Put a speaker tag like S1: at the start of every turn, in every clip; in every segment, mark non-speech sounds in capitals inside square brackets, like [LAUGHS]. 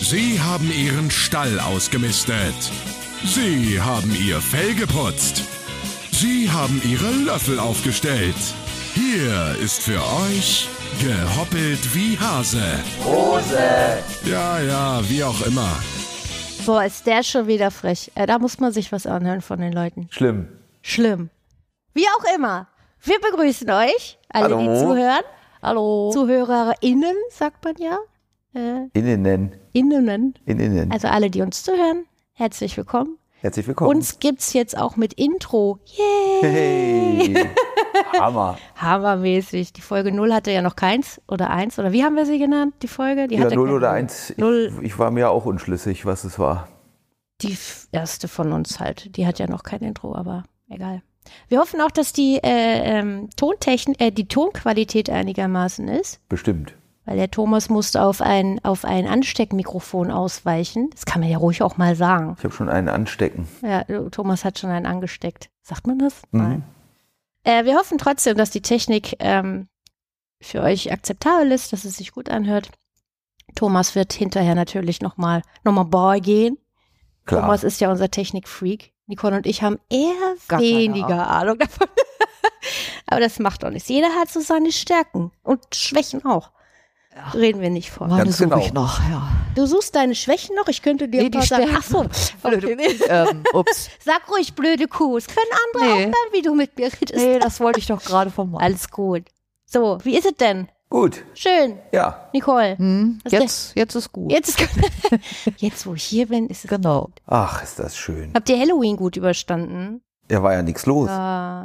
S1: Sie haben Ihren Stall ausgemistet. Sie haben Ihr Fell geputzt. Sie haben Ihre Löffel aufgestellt. Hier ist für euch gehoppelt wie Hase. Hose! Ja, ja, wie auch immer.
S2: Boah, ist der schon wieder frech. Äh, da muss man sich was anhören von den Leuten.
S3: Schlimm.
S2: Schlimm. Wie auch immer. Wir begrüßen euch, alle,
S3: Hallo.
S2: die zuhören.
S4: Hallo.
S2: ZuhörerInnen, sagt man ja.
S3: Innen.
S2: Innen.
S3: Innen.
S2: Also alle, die uns zuhören. Herzlich willkommen.
S3: Herzlich willkommen.
S2: Uns gibt's jetzt auch mit Intro. Yay!
S3: Hey. [LAUGHS] Hammer.
S2: Hammermäßig. Die Folge 0 hatte ja noch keins oder eins. Oder wie haben wir sie genannt, die Folge? Die
S3: Ja,
S2: hatte
S3: 0
S2: keine-
S3: oder 1. Ich,
S2: Null.
S3: ich war mir auch unschlüssig, was es war.
S2: Die f- erste von uns halt. Die hat ja noch kein Intro, aber egal. Wir hoffen auch, dass die, äh, ähm, Tontechn äh, die Tonqualität einigermaßen ist.
S3: Bestimmt.
S2: Weil der Thomas musste auf ein, auf ein Ansteckmikrofon ausweichen. Das kann man ja ruhig auch mal sagen.
S3: Ich habe schon einen anstecken. Mhm.
S2: Ja, äh, Thomas hat schon einen angesteckt. Sagt man das? Nein. Äh, wir hoffen trotzdem, dass die Technik ähm, für euch akzeptabel ist, dass es sich gut anhört. Thomas wird hinterher natürlich nochmal noch mal Boy gehen.
S3: Klar.
S2: Thomas ist ja unser Technikfreak. Nicole und ich haben eher
S4: Gar keine
S2: weniger Ahnung davon. [LAUGHS] Aber das macht doch nichts. Jeder hat so seine Stärken und Schwächen auch. Reden wir nicht von.
S4: Meine
S3: Ganz
S4: suche
S3: genau.
S4: ich noch, ja.
S2: Du suchst deine Schwächen noch? Ich könnte dir
S4: Nee,
S2: ein
S4: die
S2: paar sagen. Ach so, [LAUGHS]
S4: Stärken. Blöde.
S2: okay.
S4: ähm, ups.
S2: Sag ruhig, blöde Kuh. Es können andere
S4: Nee.
S2: auch hören, wie du mit mir redest.
S4: Nee, das wollte ich doch gerade vom
S2: Alles gut. So, wie ist es denn?
S3: Gut.
S2: Schön,
S3: Ja.
S2: Nicole.
S4: Hm,
S2: Was
S4: jetzt, jetzt ist gut.
S2: Jetzt,
S4: [LAUGHS]
S2: jetzt, wo ich hier bin, ist es.
S4: Genau.
S3: Ach, ist das schön.
S2: Habt ihr Halloween gut überstanden?
S3: Da war ja nichts los.
S2: Äh,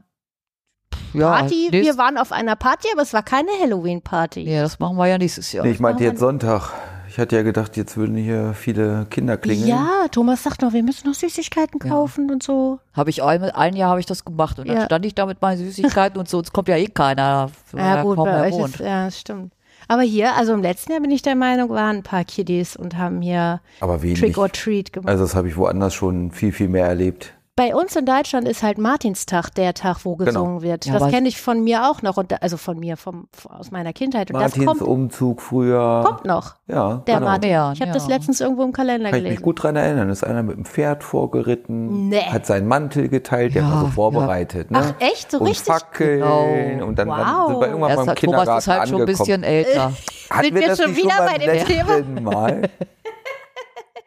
S4: Ja,
S2: Party,
S4: nächst-
S2: wir waren auf einer Party, aber es war keine Halloween-Party.
S4: nee, das machen wir ja nächstes Jahr.
S3: Nee, ich meinte jetzt Sonntag. Ich hatte ja gedacht, jetzt würden hier viele Kinder klingeln.
S2: Ja, Thomas sagt noch, wir müssen noch Süßigkeiten kaufen und so.
S4: Habe ich ein, ein Jahr habe ich das gemacht und dann
S2: Ja.
S4: stand ich da mit meinen Süßigkeiten und so, uns kommt ja eh keiner.
S2: [LAUGHS] Ja, gut,
S4: kaum
S2: bei
S4: mehr
S2: euch
S4: wohnt.
S2: ist, ja, das stimmt. Aber hier, also im letzten Jahr bin ich der Meinung, waren ein paar Kiddies und haben hier
S3: Aber wenig.
S2: Trick or Treat gemacht.
S3: Also das habe ich woanders schon viel, viel mehr erlebt.
S2: Bei uns in Deutschland ist halt Martinstag der Tag, wo gesungen wird.
S4: Genau. Ja,
S2: das
S4: aber-
S2: kenne ich von mir auch noch, und da, also von mir, vom, f- aus meiner Kindheit. Und das
S3: Martins
S2: kommt,
S3: Umzug früher.
S2: kommt noch,
S3: ja,
S2: der
S3: genau.
S2: Martin.
S4: Ja,
S2: ich habe
S4: ja.
S2: das letztens irgendwo im Kalender
S3: Kann ich mich
S2: gelesen.
S3: gut dran erinnern. Ist einer mit dem Pferd vorgeritten,
S2: Nee.
S3: hat seinen Mantel geteilt, der
S4: Ja,
S3: war so
S4: ja.
S3: vorbereitet. Ne?
S2: Ach, echt? So
S3: und
S2: richtig?
S3: Fackeln
S4: Genau.
S3: und dann, dann
S2: Wow.
S3: sind wir irgendwann
S4: Erst
S3: beim
S4: hat
S3: Kindergarten
S4: Thomas ist halt schon ein
S3: angekommen.
S4: bisschen älter.
S2: [LAUGHS]
S3: Hatten
S2: Sind
S3: wir
S2: wir
S3: das
S2: schon
S3: nicht
S2: wieder
S3: schon
S2: bei
S3: beim
S2: dem Thema?
S3: letzten Mal?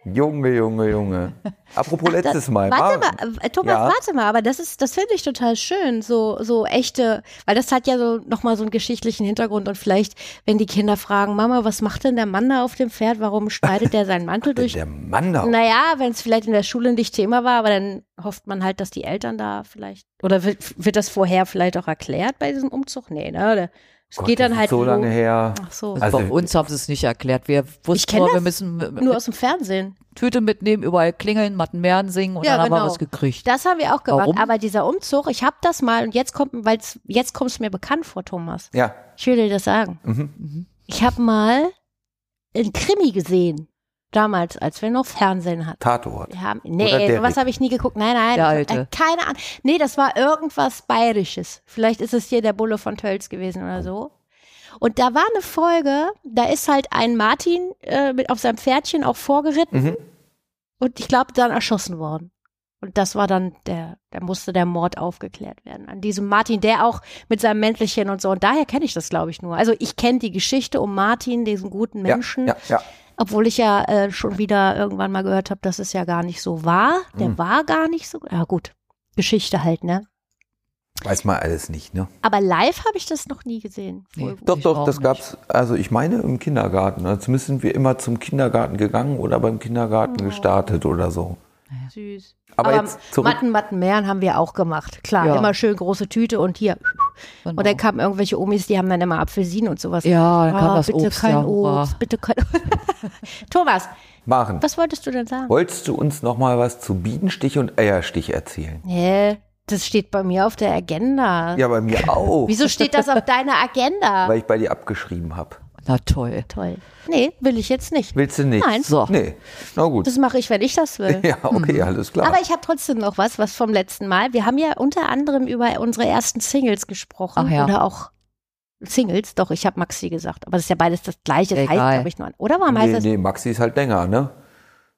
S3: Junge, Junge, Junge. Apropos letztes Mal.
S2: Warte
S3: Mar-
S2: mal, äh, Thomas,
S3: Ja.
S2: warte mal, aber das ist, das finde ich total schön, so, so echte, weil das hat ja so nochmal so einen geschichtlichen Hintergrund und vielleicht, wenn die Kinder fragen, Mama, was macht denn der Mann da auf dem Pferd, warum schneidet der seinen
S3: [LAUGHS]
S2: Mantel durch?
S3: Der Mann da.
S2: Naja, wenn es vielleicht in der Schule nicht Thema war, aber dann hofft man halt, dass die Eltern da vielleicht. Oder wird, wird das vorher vielleicht auch erklärt bei diesem Umzug? Nee, ne? Oder Es
S3: Gott,
S2: geht
S3: das
S2: dann
S3: ist
S2: halt
S3: so
S2: lo-
S3: lange her.
S2: Ach so,
S3: Also-
S4: bei uns haben sie es nicht erklärt. Wir wussten
S2: kenn
S4: nur, wir
S2: das
S4: müssen m-
S3: äh,
S2: nur aus dem Fernsehen.
S4: Tüte mitnehmen, überall klingeln, Mattenmeeren singen und
S2: Ja,
S4: dann haben
S2: genau.
S4: wir was gekriegt.
S2: Das haben wir auch gemacht.
S4: Warum?
S2: Aber dieser Umzug, ich habe das mal und jetzt kommt, weil jetzt kommt es mir bekannt vor, Thomas.
S3: Ja. mhm,
S2: Ich will dir das sagen. Ich habe mal einen Krimi gesehen. Damals, als wir noch Fernsehen hatten.
S3: Tatort.
S2: Wir haben,
S3: Oder
S2: nee,
S3: der
S2: sowas
S3: Rick.
S2: habe ich nie geguckt. Nein, nein.
S4: Der
S2: ich hab-
S4: alte.
S2: Äh, keine Ahnung. Nee, das war irgendwas Bayerisches. Vielleicht ist es hier der Bulle von Tölz gewesen oder so. Und da war eine Folge, da ist halt ein Martin äh, mit auf seinem Pferdchen auch vorgeritten
S3: Mhm.
S2: und ich glaube dann erschossen worden. Und das war dann der, da musste der Mord aufgeklärt werden. An diesem Martin, der auch mit seinem Mäntelchen und so. Und daher kenne ich das, glaube ich, nur. Also ich kenne die Geschichte um Martin, diesen guten
S3: Ja,
S2: Menschen,
S3: ja, ja.
S2: obwohl ich ja äh, schon wieder irgendwann mal gehört habe, dass es ja gar nicht so war. Der
S4: Hm.
S2: war gar nicht so. Ja, gut. Geschichte halt, ne?
S3: Weiß man alles nicht, ne?
S2: Aber live habe ich das noch nie gesehen. Voll
S4: Nee.
S2: gut.
S3: Doch,
S4: Ich
S3: doch,
S4: auch
S3: das
S4: nicht.
S3: gab's. Also ich meine im Kindergarten. Also Zumindest sind wir immer zum Kindergarten gegangen oder beim Kindergarten gestartet oder so.
S2: Süß.
S3: Aber
S2: Aber,
S3: jetzt zurück.
S2: Matten, Matten, Meeren haben wir auch gemacht. Klar,
S4: Ja.
S2: immer schön große Tüte und hier. Und
S4: Genau.
S2: dann kamen irgendwelche Omis, die haben dann immer Apfelsinen und sowas. Ah,
S4: Ja, dann kam das
S2: bitte
S4: Obst,
S2: kein
S4: ja, hurra.
S2: Obst, bitte kein [LAUGHS] Thomas,
S3: Machen.
S2: was wolltest du denn sagen?
S3: Wolltest du uns noch mal was zu Bienenstich und Eierstich erzählen?
S2: Hä? Das steht bei mir auf der Agenda.
S3: Ja,
S2: [LAUGHS]
S3: bei mir auch,
S2: Wieso steht das auf deiner Agenda?
S3: weil ich bei dir abgeschrieben habe.
S4: Na toll.
S2: Toll. Nee, will ich jetzt nicht.
S3: Willst du nicht?
S2: Nein.
S4: So.
S3: Nee. Na gut.
S2: Das mache ich, wenn ich das will.
S3: [LAUGHS] Ja, okay, alles klar.
S2: Aber ich habe trotzdem noch was, was vom letzten Mal. Wir haben ja unter anderem über unsere ersten Singles gesprochen
S4: Ach ja.
S2: oder auch Singles, doch, ich habe Maxi gesagt. Aber das ist ja beides das gleiche. Das heißt,
S4: Egal.
S2: glaube ich, nur an. Oder warum heißt
S3: Nee,
S2: das?
S3: nee, Maxi ist halt länger, ne?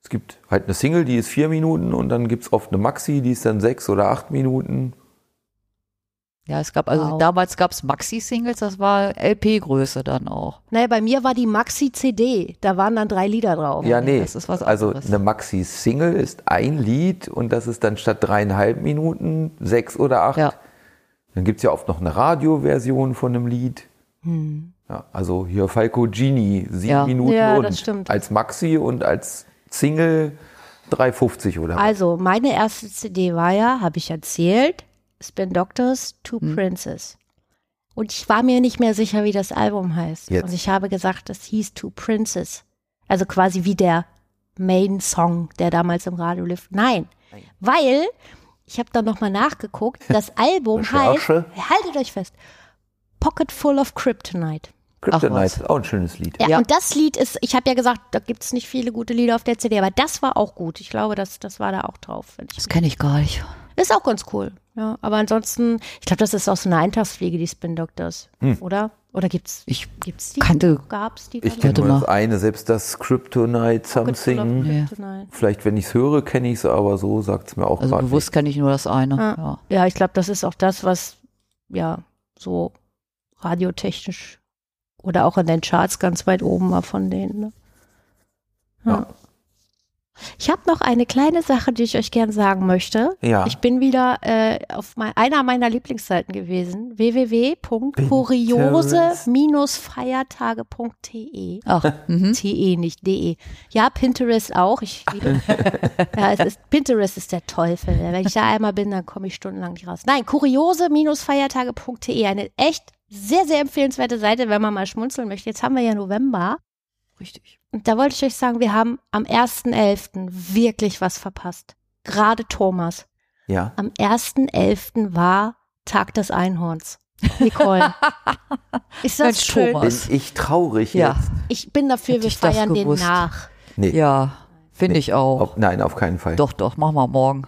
S3: Es gibt halt eine Single, die ist vier Minuten und dann gibt es oft eine Maxi, die ist dann sechs oder acht Minuten.
S4: Ja, es gab, also
S2: Wow.
S4: damals gab es Maxi-Singles, das war LP-Größe dann auch.
S2: Naja, bei mir war die Maxi-CD. Da waren dann drei Lieder drauf.
S3: Ja, nee.
S4: Oh das ist was
S3: also
S4: anderes.
S3: eine Maxi-Single ist ein Lied und das ist dann statt dreieinhalb Minuten sechs oder acht.
S4: Ja.
S3: Dann gibt es ja oft noch eine Radioversion von einem Lied. Ja, also hier Falco Genie, sieben
S4: Hm. Ja.
S3: Minuten
S2: Ja,
S3: und
S2: das stimmt.
S3: als Maxi und als Single 3,50 oder was.
S2: Also, meine erste CD war ja, habe ich erzählt, Spin Doctors, Two Princes. Und ich war mir nicht mehr sicher, wie das Album heißt.
S3: Jetzt.
S2: Und ich habe gesagt, es hieß Two Princes. Also quasi wie der Main-Song, der damals im Radio lief. Nein, weil ich habe dann nochmal nachgeguckt, das Album heißt,
S3: Recherche.
S2: haltet euch fest, Pocket Full of Kryptonite.
S3: Kryptonite
S4: was.
S3: ist auch ein schönes Lied.
S2: Ja,
S4: Ja.
S2: und das Lied ist, ich habe ja gesagt, da gibt es nicht viele gute Lieder auf der CD, aber das war auch gut. Ich glaube, das, das war da auch drauf. Wenn ich
S4: Das kenne ich gar nicht.
S2: ist auch ganz cool. Ja, aber ansonsten, ich glaube, das ist auch so eine Eintagsfliege, die Spin Doctors, oder? Oder gibt's
S4: Hm. Ich
S2: gibt's die?
S4: kannte-
S2: gab's die?
S3: Ich
S2: dann?
S3: kenne
S4: Warte
S3: nur das
S4: mal.
S3: eine, selbst das Kryptonite
S2: Pocket Full of
S3: Something.
S2: Kryptonite.
S3: Vielleicht, wenn ich es höre, kenne ich es, aber so sagt es mir auch
S4: Also
S3: gerade
S4: bewusst kenne ich nur das eine. Ja.
S2: Oh Ja, ich glaube, das ist auch das, was ja so radiotechnisch oder auch in den Charts ganz weit oben war von denen. Ne?
S3: Ja.
S2: Ich habe noch eine kleine Sache, die ich euch gern sagen möchte.
S3: Ja.
S2: Ich bin wieder äh, auf mei- einer meiner Lieblingsseiten gewesen, www.kuriose-feiertage.de.
S4: Ach, mhm.
S2: TE, E. nicht DE. Ja, Pinterest auch. Ich liebe. ja, es ist, Pinterest ist der Teufel. Wenn ich da einmal bin, dann komme ich stundenlang nicht raus. Nein, kuriose-feiertage.de. E. Eine echt sehr, sehr empfehlenswerte Seite, wenn man mal schmunzeln möchte. Jetzt haben wir ja November.
S4: richtig.
S2: Und da wollte ich euch sagen, wir haben am 1.11. wirklich was verpasst. Gerade Thomas.
S3: Ja.
S2: Am 1.11. war Tag des Einhorns.
S4: [LAUGHS]
S2: Nicole. Ist das
S4: Mensch,
S2: schön?
S4: Thomas.
S3: Bin
S4: Was?
S3: ich traurig
S4: Ja,
S3: jetzt?
S2: Ich bin dafür,
S4: Hätte
S2: wir
S4: ich das
S2: feiern den
S4: gewusst.
S2: nach.
S3: Nee.
S4: ja, finde ich auch.
S3: Ob, nein, auf keinen Fall.
S4: Doch, doch, machen wir morgen.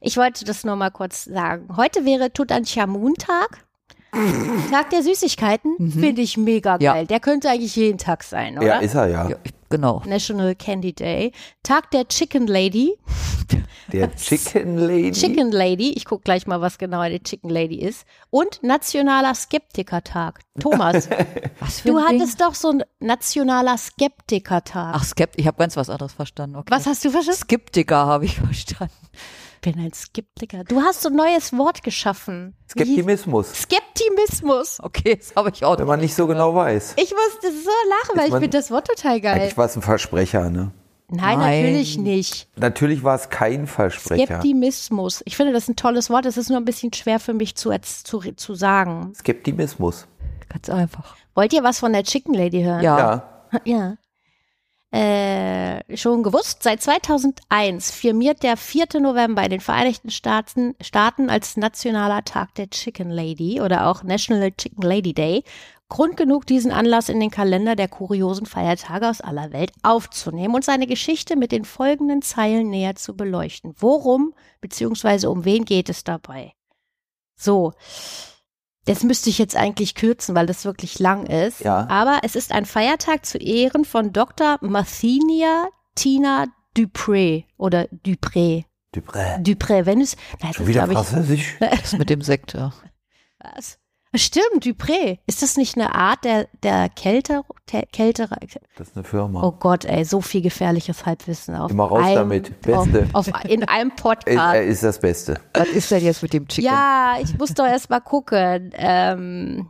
S2: Ich wollte das nur mal kurz sagen. Heute wäre Tutanchamun-Tag.
S4: [LAUGHS]
S2: Tag der Süßigkeiten. Finde ich mega
S4: Mhm. Ja.
S2: geil. Der könnte eigentlich jeden Tag sein, oder?
S3: Ja, ist er ja.
S4: Ja, ich, genau.
S2: National Candy Day. Tag der Chicken Lady.
S4: Mhm.
S2: [LAUGHS]
S3: Der Chicken Lady.
S2: Chicken Lady. Ich gucke gleich mal, was genau eine Chicken Lady ist. Und Nationaler Skeptiker-Tag.
S4: [LAUGHS]
S2: Thomas,
S4: Was für
S2: du
S4: ein Ding?
S2: hattest doch so einen Nationaler Skeptiker-Tag.
S4: Ach, Skept, ich habe ganz was anderes verstanden. Okay.
S2: Was hast du verstanden?
S4: Skeptiker habe ich [LAUGHS] verstanden.
S2: Ich bin ein Skeptiker. Du hast so ein neues Wort geschaffen. Wie hieß-
S3: Skeptimismus.
S2: Skeptimismus.
S4: Okay, das habe ich auch.
S3: Wenn man nicht so genau weiß.
S2: Ich musste so lachen, weil ich
S3: man-
S2: finde das Wort total geil.
S3: Eigentlich war es ein Versprecher, ne?
S2: Nein,
S4: Nein.
S2: natürlich nicht.
S3: Natürlich war es kein Versprecher.
S2: Skeptimismus. Ich finde das ist ein tolles Wort. Es ist nur ein bisschen schwer für mich zu, erz- zu, zu sagen.
S3: Skeptimismus.
S4: Ganz einfach.
S2: Wollt ihr was von der Chicken Lady hören?
S4: Ja.
S3: Ja.
S2: [LAUGHS] ja. Äh, schon gewusst, seit 2001 firmiert der 4. November in den Vereinigten Staaten, Staaten als nationaler Tag der Chicken Lady oder auch National Chicken Lady Day. Grund genug, diesen Anlass in den Kalender der kuriosen Feiertage aus aller Welt aufzunehmen und seine Geschichte mit den folgenden Zeilen näher zu beleuchten. Worum bzw. um wen geht es dabei? So, das müsste ich jetzt eigentlich kürzen, weil das wirklich lang ist.
S3: Ja.
S2: Aber es ist ein Feiertag zu Ehren von Dr. Mathenia Tina Dupré oder Dupré.
S3: Dupré.
S2: Dupré, wenn es. Na, das
S3: äh, Schon
S2: ist,
S3: wieder
S2: glaube ich. Ne.
S3: französisch.
S4: Das mit dem Sekt, ja.
S2: Was? Ah, Stimmt, Dupré. Ist das nicht eine Art der, der Kälte, Kälte,
S3: Das ist eine Firma.
S2: Oh Gott, ey, so viel gefährliches Halbwissen auf.
S3: Immer raus damit. Beste.
S2: Auf, auf, in
S3: [LAUGHS]
S2: einem
S3: Ist,
S2: Podcast.
S3: er ist das Beste.
S4: Was ist denn jetzt mit dem Chicken?
S2: Ja, ich muss doch erst mal gucken. Ähm,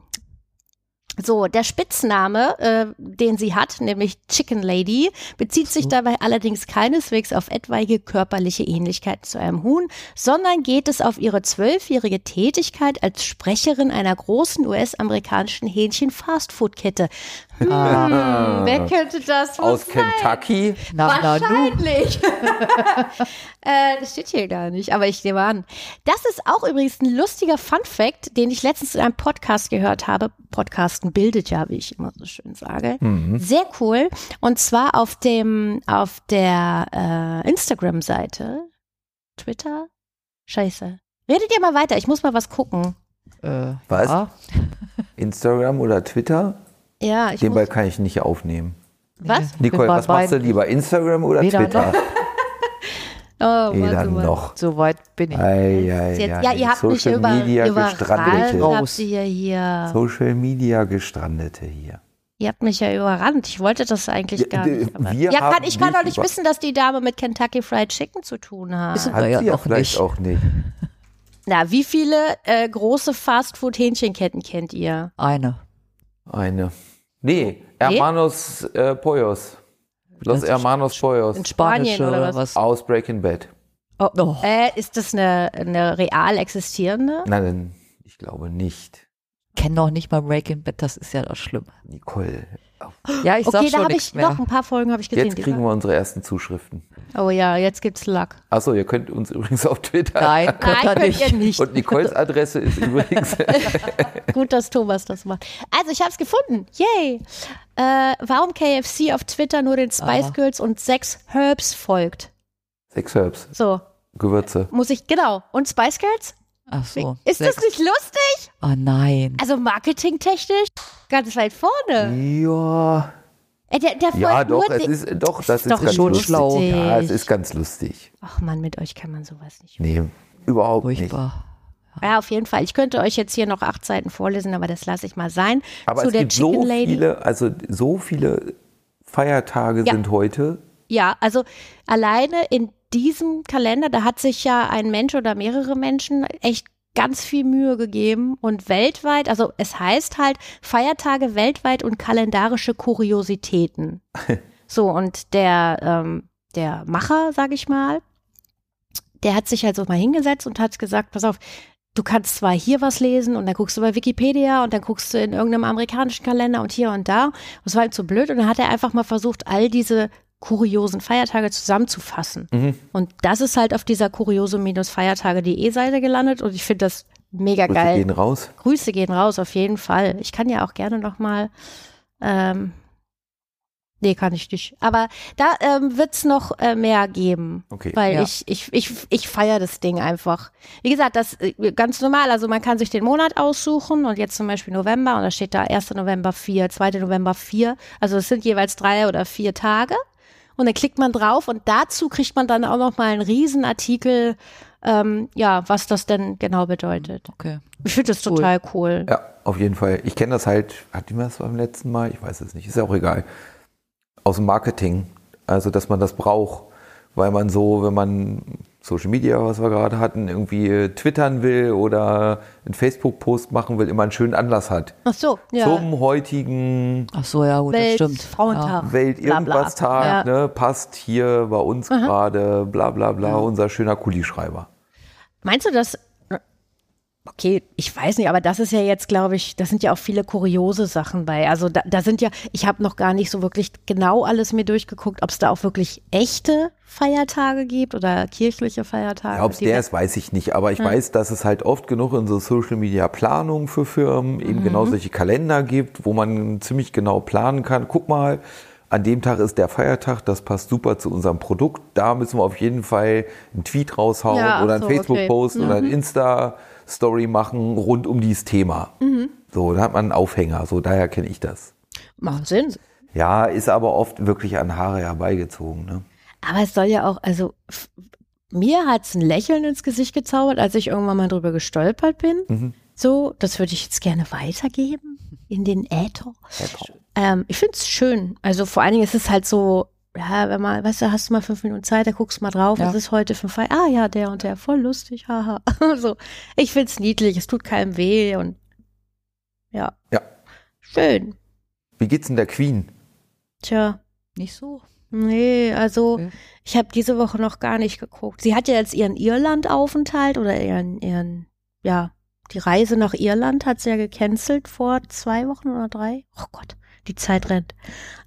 S2: so, der Spitzname, äh, den sie hat, nämlich Chicken Lady, bezieht sich dabei allerdings keineswegs auf etwaige körperliche Ähnlichkeiten zu einem Huhn, sondern geht es auf ihre zwölfjährige Tätigkeit als Sprecherin einer großen US-amerikanischen Hähnchen-Fastfood-Kette. Hm, Wer könnte das wohl
S3: Aus Kentucky.
S4: Nach Nanu.
S2: Wahrscheinlich. äh, das steht hier gar nicht, aber ich nehme an. Das ist auch übrigens ein lustiger Fun-Fact, den ich letztens in einem Podcast gehört habe. Podcasten bildet ja, wie ich immer so schön sage.
S3: Mhm.
S2: Sehr cool. Und zwar auf dem, auf der äh, Instagram-Seite, Twitter. Scheiße. Redet ihr mal weiter, ich muss mal was gucken.
S4: Äh,
S3: Was?
S4: Ja.
S3: Instagram oder Twitter?
S2: Ja, ich
S3: Den Ball
S2: muss,
S3: kann ich nicht aufnehmen.
S2: was?
S4: Ich bin
S3: Nicole,
S4: bei
S3: was machst du
S4: beiden-
S3: lieber? Instagram oder
S4: Weder
S3: Twitter?
S2: Oh,
S3: Weder
S2: warte mal.
S3: noch.
S4: So weit bin ich.
S3: Ei, ei,
S2: Jetzt, ja,
S3: ei.
S2: ihr habt mich
S3: Social
S2: über,
S3: Media
S2: überrannt,
S3: gestrandete.
S4: Raus.
S2: habt ihr hier.
S3: Social Media gestrandete hier.
S2: Ihr habt mich ja überrannt. Ich wollte das eigentlich
S3: Ja,
S2: gar
S3: d-
S2: nicht. aber-
S3: wir
S2: ja, kann,
S3: haben
S2: ich kann
S3: dich
S2: doch nicht
S3: über-
S2: wissen, dass die Dame mit Kentucky Fried Chicken zu tun hat.
S4: Ist-
S3: Hat
S4: Naja,
S3: sie ja
S4: noch
S3: vielleicht
S4: nicht.
S3: auch nicht.
S2: Na, wie viele äh, große Fastfood-Hähnchenketten kennt ihr?
S4: Eine.
S3: Eine. Nee, Hermanos äh, Poyos. Los Hermanos Poyos.
S2: In Spanien
S4: Spanische
S2: oder
S4: oder
S2: was?
S4: was?
S3: Aus Breaking Bad.
S4: Oh, oh.
S2: Äh, ist das eine, eine real existierende?
S3: Nein, ich glaube nicht.
S4: Kenn doch nicht mal Breaking Bad, das ist ja das Schlimme.
S3: Nicole.
S4: Ja, ich
S2: okay,
S4: sag
S2: da
S4: schon
S2: habe
S4: nichts
S2: ich
S4: mehr.
S2: noch ein paar Folgen habe ich gesehen.
S3: Jetzt kriegen wir unsere ersten Zuschriften.
S2: oh ja, jetzt gibt's Luck.
S3: Achso, ihr könnt uns [LAUGHS] übrigens auf Twitter.
S4: Nein, könnt
S2: Nein,
S4: er
S2: könnt ihr
S4: nicht.
S2: nicht.
S3: Und Nicoles Adresse ist
S4: [LAUGHS]
S3: übrigens.
S2: [LAUGHS] Gut, dass Thomas das macht. Also, ich habe es gefunden. Yay. Äh, warum KFC auf Twitter nur den Spice
S4: Ah.
S2: Girls und sechs Herbs folgt.
S3: Sechs Herbs,
S2: So,
S3: Gewürze.
S2: muss ich, genau. Und Spice Girls?
S4: Ach
S3: Oh,
S4: so.
S2: Ist
S4: sechs.
S2: das nicht lustig?
S4: Oh nein.
S2: Also, marketingtechnisch ganz weit vorne.
S3: Ja.
S2: Äh, der, der
S3: Ja,
S2: folgt
S3: doch,
S2: nur
S3: es
S2: den-
S3: ist, doch, das ist,
S4: doch
S3: ganz
S4: schon
S3: lustig.
S4: schlau.
S3: Ja, es ist ganz lustig.
S2: Ach man, mit euch kann man sowas nicht.
S3: Nee, überhaupt
S2: Also,
S3: nicht.
S4: Furchtbar.
S2: Ja, auf jeden Fall. Ich könnte euch jetzt hier noch acht Seiten vorlesen, aber das lasse ich mal sein.
S3: Aber
S2: Zu
S3: es
S2: der
S3: gibt
S2: Chicken
S3: so
S2: Lady.
S3: viele, also so viele Feiertage
S2: Ja.
S3: sind heute.
S2: Ja, also alleine in diesem Kalender, da hat sich ja ein Mensch oder mehrere Menschen echt ganz viel Mühe gegeben und weltweit, also es heißt halt Feiertage weltweit und kalendarische Kuriositäten. so und der ähm, der Macher, sag ich mal, der hat sich halt so mal hingesetzt und hat gesagt, pass auf, du kannst zwar hier was lesen und dann guckst du bei Wikipedia und dann guckst du in irgendeinem amerikanischen Kalender und hier und da. Und es war ihm zu blöd und dann hat er einfach mal versucht, all diese kuriosen Feiertage zusammenzufassen. Und das ist halt auf dieser kuriose-feiertage.de Seite gelandet und ich finde das mega
S3: Grüße
S2: geil.
S3: gehen raus.
S2: Grüße gehen raus, auf jeden Fall. Ich kann ja auch gerne nochmal. Ähm, nee, kann ich nicht. Aber da ähm, wird's noch äh, mehr geben.
S3: Okay.
S2: Weil
S4: Ja.
S2: ich, ich, ich, ich feiere das Ding einfach. Wie gesagt, das äh, ganz normal. Also man kann sich den Monat aussuchen und jetzt zum Beispiel November und da steht da 1. November 4, 2. November 4. Also es sind jeweils drei oder vier Tage. Und dann klickt man drauf und dazu kriegt man dann auch noch mal einen Riesenartikel, ähm, ja, was das denn genau bedeutet.
S4: Okay.
S2: Ich finde das
S4: Cool.
S2: total cool.
S3: Ja, auf jeden Fall. Ich kenne das halt, hatten wir das beim letzten Mal? Ich weiß es nicht, ist ja auch egal. Aus dem Marketing. Also, dass man das braucht, weil man so, wenn man Social Media, was wir gerade hatten, irgendwie äh, twittern will oder einen Facebook-Post machen will, immer einen schönen Anlass hat.
S2: Ach so, ja.
S3: Zum heutigen
S4: Ach so, ja, gut, das
S2: Welt-
S4: stimmt.
S2: Frauentag.
S4: Ja.
S2: Bla, bla. Ja.
S3: Welt-Irgendwas-Tag, ne, passt hier bei uns gerade, bla bla bla,
S2: Mhm.
S3: unser schöner Kulischreiber.
S2: Meinst du das? Okay, ich weiß nicht, aber das ist ja jetzt, glaube ich, das sind ja auch viele kuriose Sachen bei. Also da, da sind ja, ich habe noch gar nicht so wirklich genau alles mir durchgeguckt, ob es da auch wirklich echte Feiertage gibt oder kirchliche Feiertage.
S3: Ja, Ob es
S2: Äh, die- Hm.
S3: der ist, weiß ich nicht. Aber ich weiß, dass es halt oft genug in so Social Media Planung für Firmen eben
S2: Mhm.
S3: genau solche Kalender gibt, wo man ziemlich genau planen kann. Guck mal, an dem Tag ist der Feiertag, das passt super zu unserem Produkt. Da müssen wir auf jeden Fall einen Tweet raushauen
S2: Ja, ach
S3: oder einen
S2: so,
S3: Facebook-Post
S2: okay. Mhm.
S3: oder einen Insta-Story machen rund um dieses Thema.
S2: Mhm.
S3: So, da hat man einen Aufhänger. So, daher kenne ich das.
S2: macht Sinn.
S3: Ja, ist aber oft wirklich an Haare herbeigezogen. Ne?
S2: Aber es soll ja auch, also f- mir hat's ein Lächeln ins Gesicht gezaubert, als ich irgendwann mal drüber gestolpert bin. So, das würde ich jetzt gerne weitergeben in den Äther. Ähm, ich find's schön. Also vor allen Dingen ist es halt so, ja, wenn man, weißt du, hast du mal fünf Minuten Zeit, da guckst du mal drauf,
S4: Ja.
S2: was ist heute für ein Fall? Ah ja, der und der, voll lustig, haha. [LAUGHS] so, ich find's niedlich, es tut keinem weh und ja.
S3: Ja.
S2: Schön.
S3: Wie geht's denn der Queen?
S2: Tja.
S4: Nicht so.
S2: Nee, also
S4: Okay.
S2: ich habe diese Woche noch gar nicht geguckt. Sie hat ja jetzt ihren Irlandaufenthalt oder ihren, ihren, ja, die Reise nach Irland hat sie ja gecancelt vor zwei Wochen oder drei. Oh Gott, die Zeit rennt.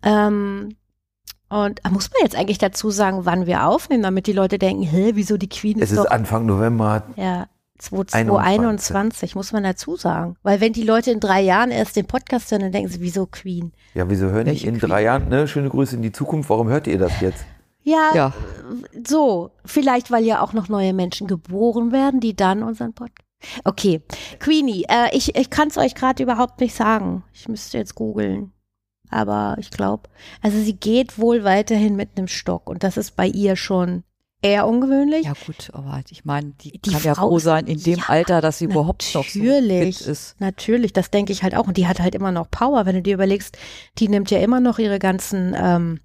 S2: Ähm, und ah, muss man jetzt eigentlich dazu sagen, wann wir aufnehmen, damit die Leute denken, hä, wieso die Queen
S3: Es
S2: ist,
S3: ist
S2: doch
S3: Anfang November,
S2: ja, 2021, muss man dazu sagen. Weil wenn die Leute in drei Jahren erst den Podcast hören, dann denken sie, wieso Queen?
S3: Ja, wieso hören die
S4: Welche
S3: in
S4: Queen?
S3: drei Jahren, ne? Schöne Grüße in die Zukunft. Warum hört ihr das jetzt?
S2: Ja,
S4: Ja,
S2: so, vielleicht weil ja auch noch neue Menschen geboren werden, die dann unseren Podcast Okay, Queenie, äh, ich, ich kann es euch gerade überhaupt nicht sagen. Ich müsste jetzt googeln. Aber ich glaube, also sie geht wohl weiterhin mit einem Stock und das ist bei ihr schon eher ungewöhnlich.
S4: Ja gut, aber halt, ich meine, die,
S2: Die
S4: kann ja
S2: Frau
S4: froh
S2: ist-
S4: sein in dem
S2: Ja,
S4: Alter, dass sie überhaupt noch so fit
S2: natürlich.
S4: ist.
S2: Natürlich, das denke ich halt auch. Und die hat halt immer noch Power, wenn du dir überlegst, die nimmt ja immer noch ihre ganzen ähm,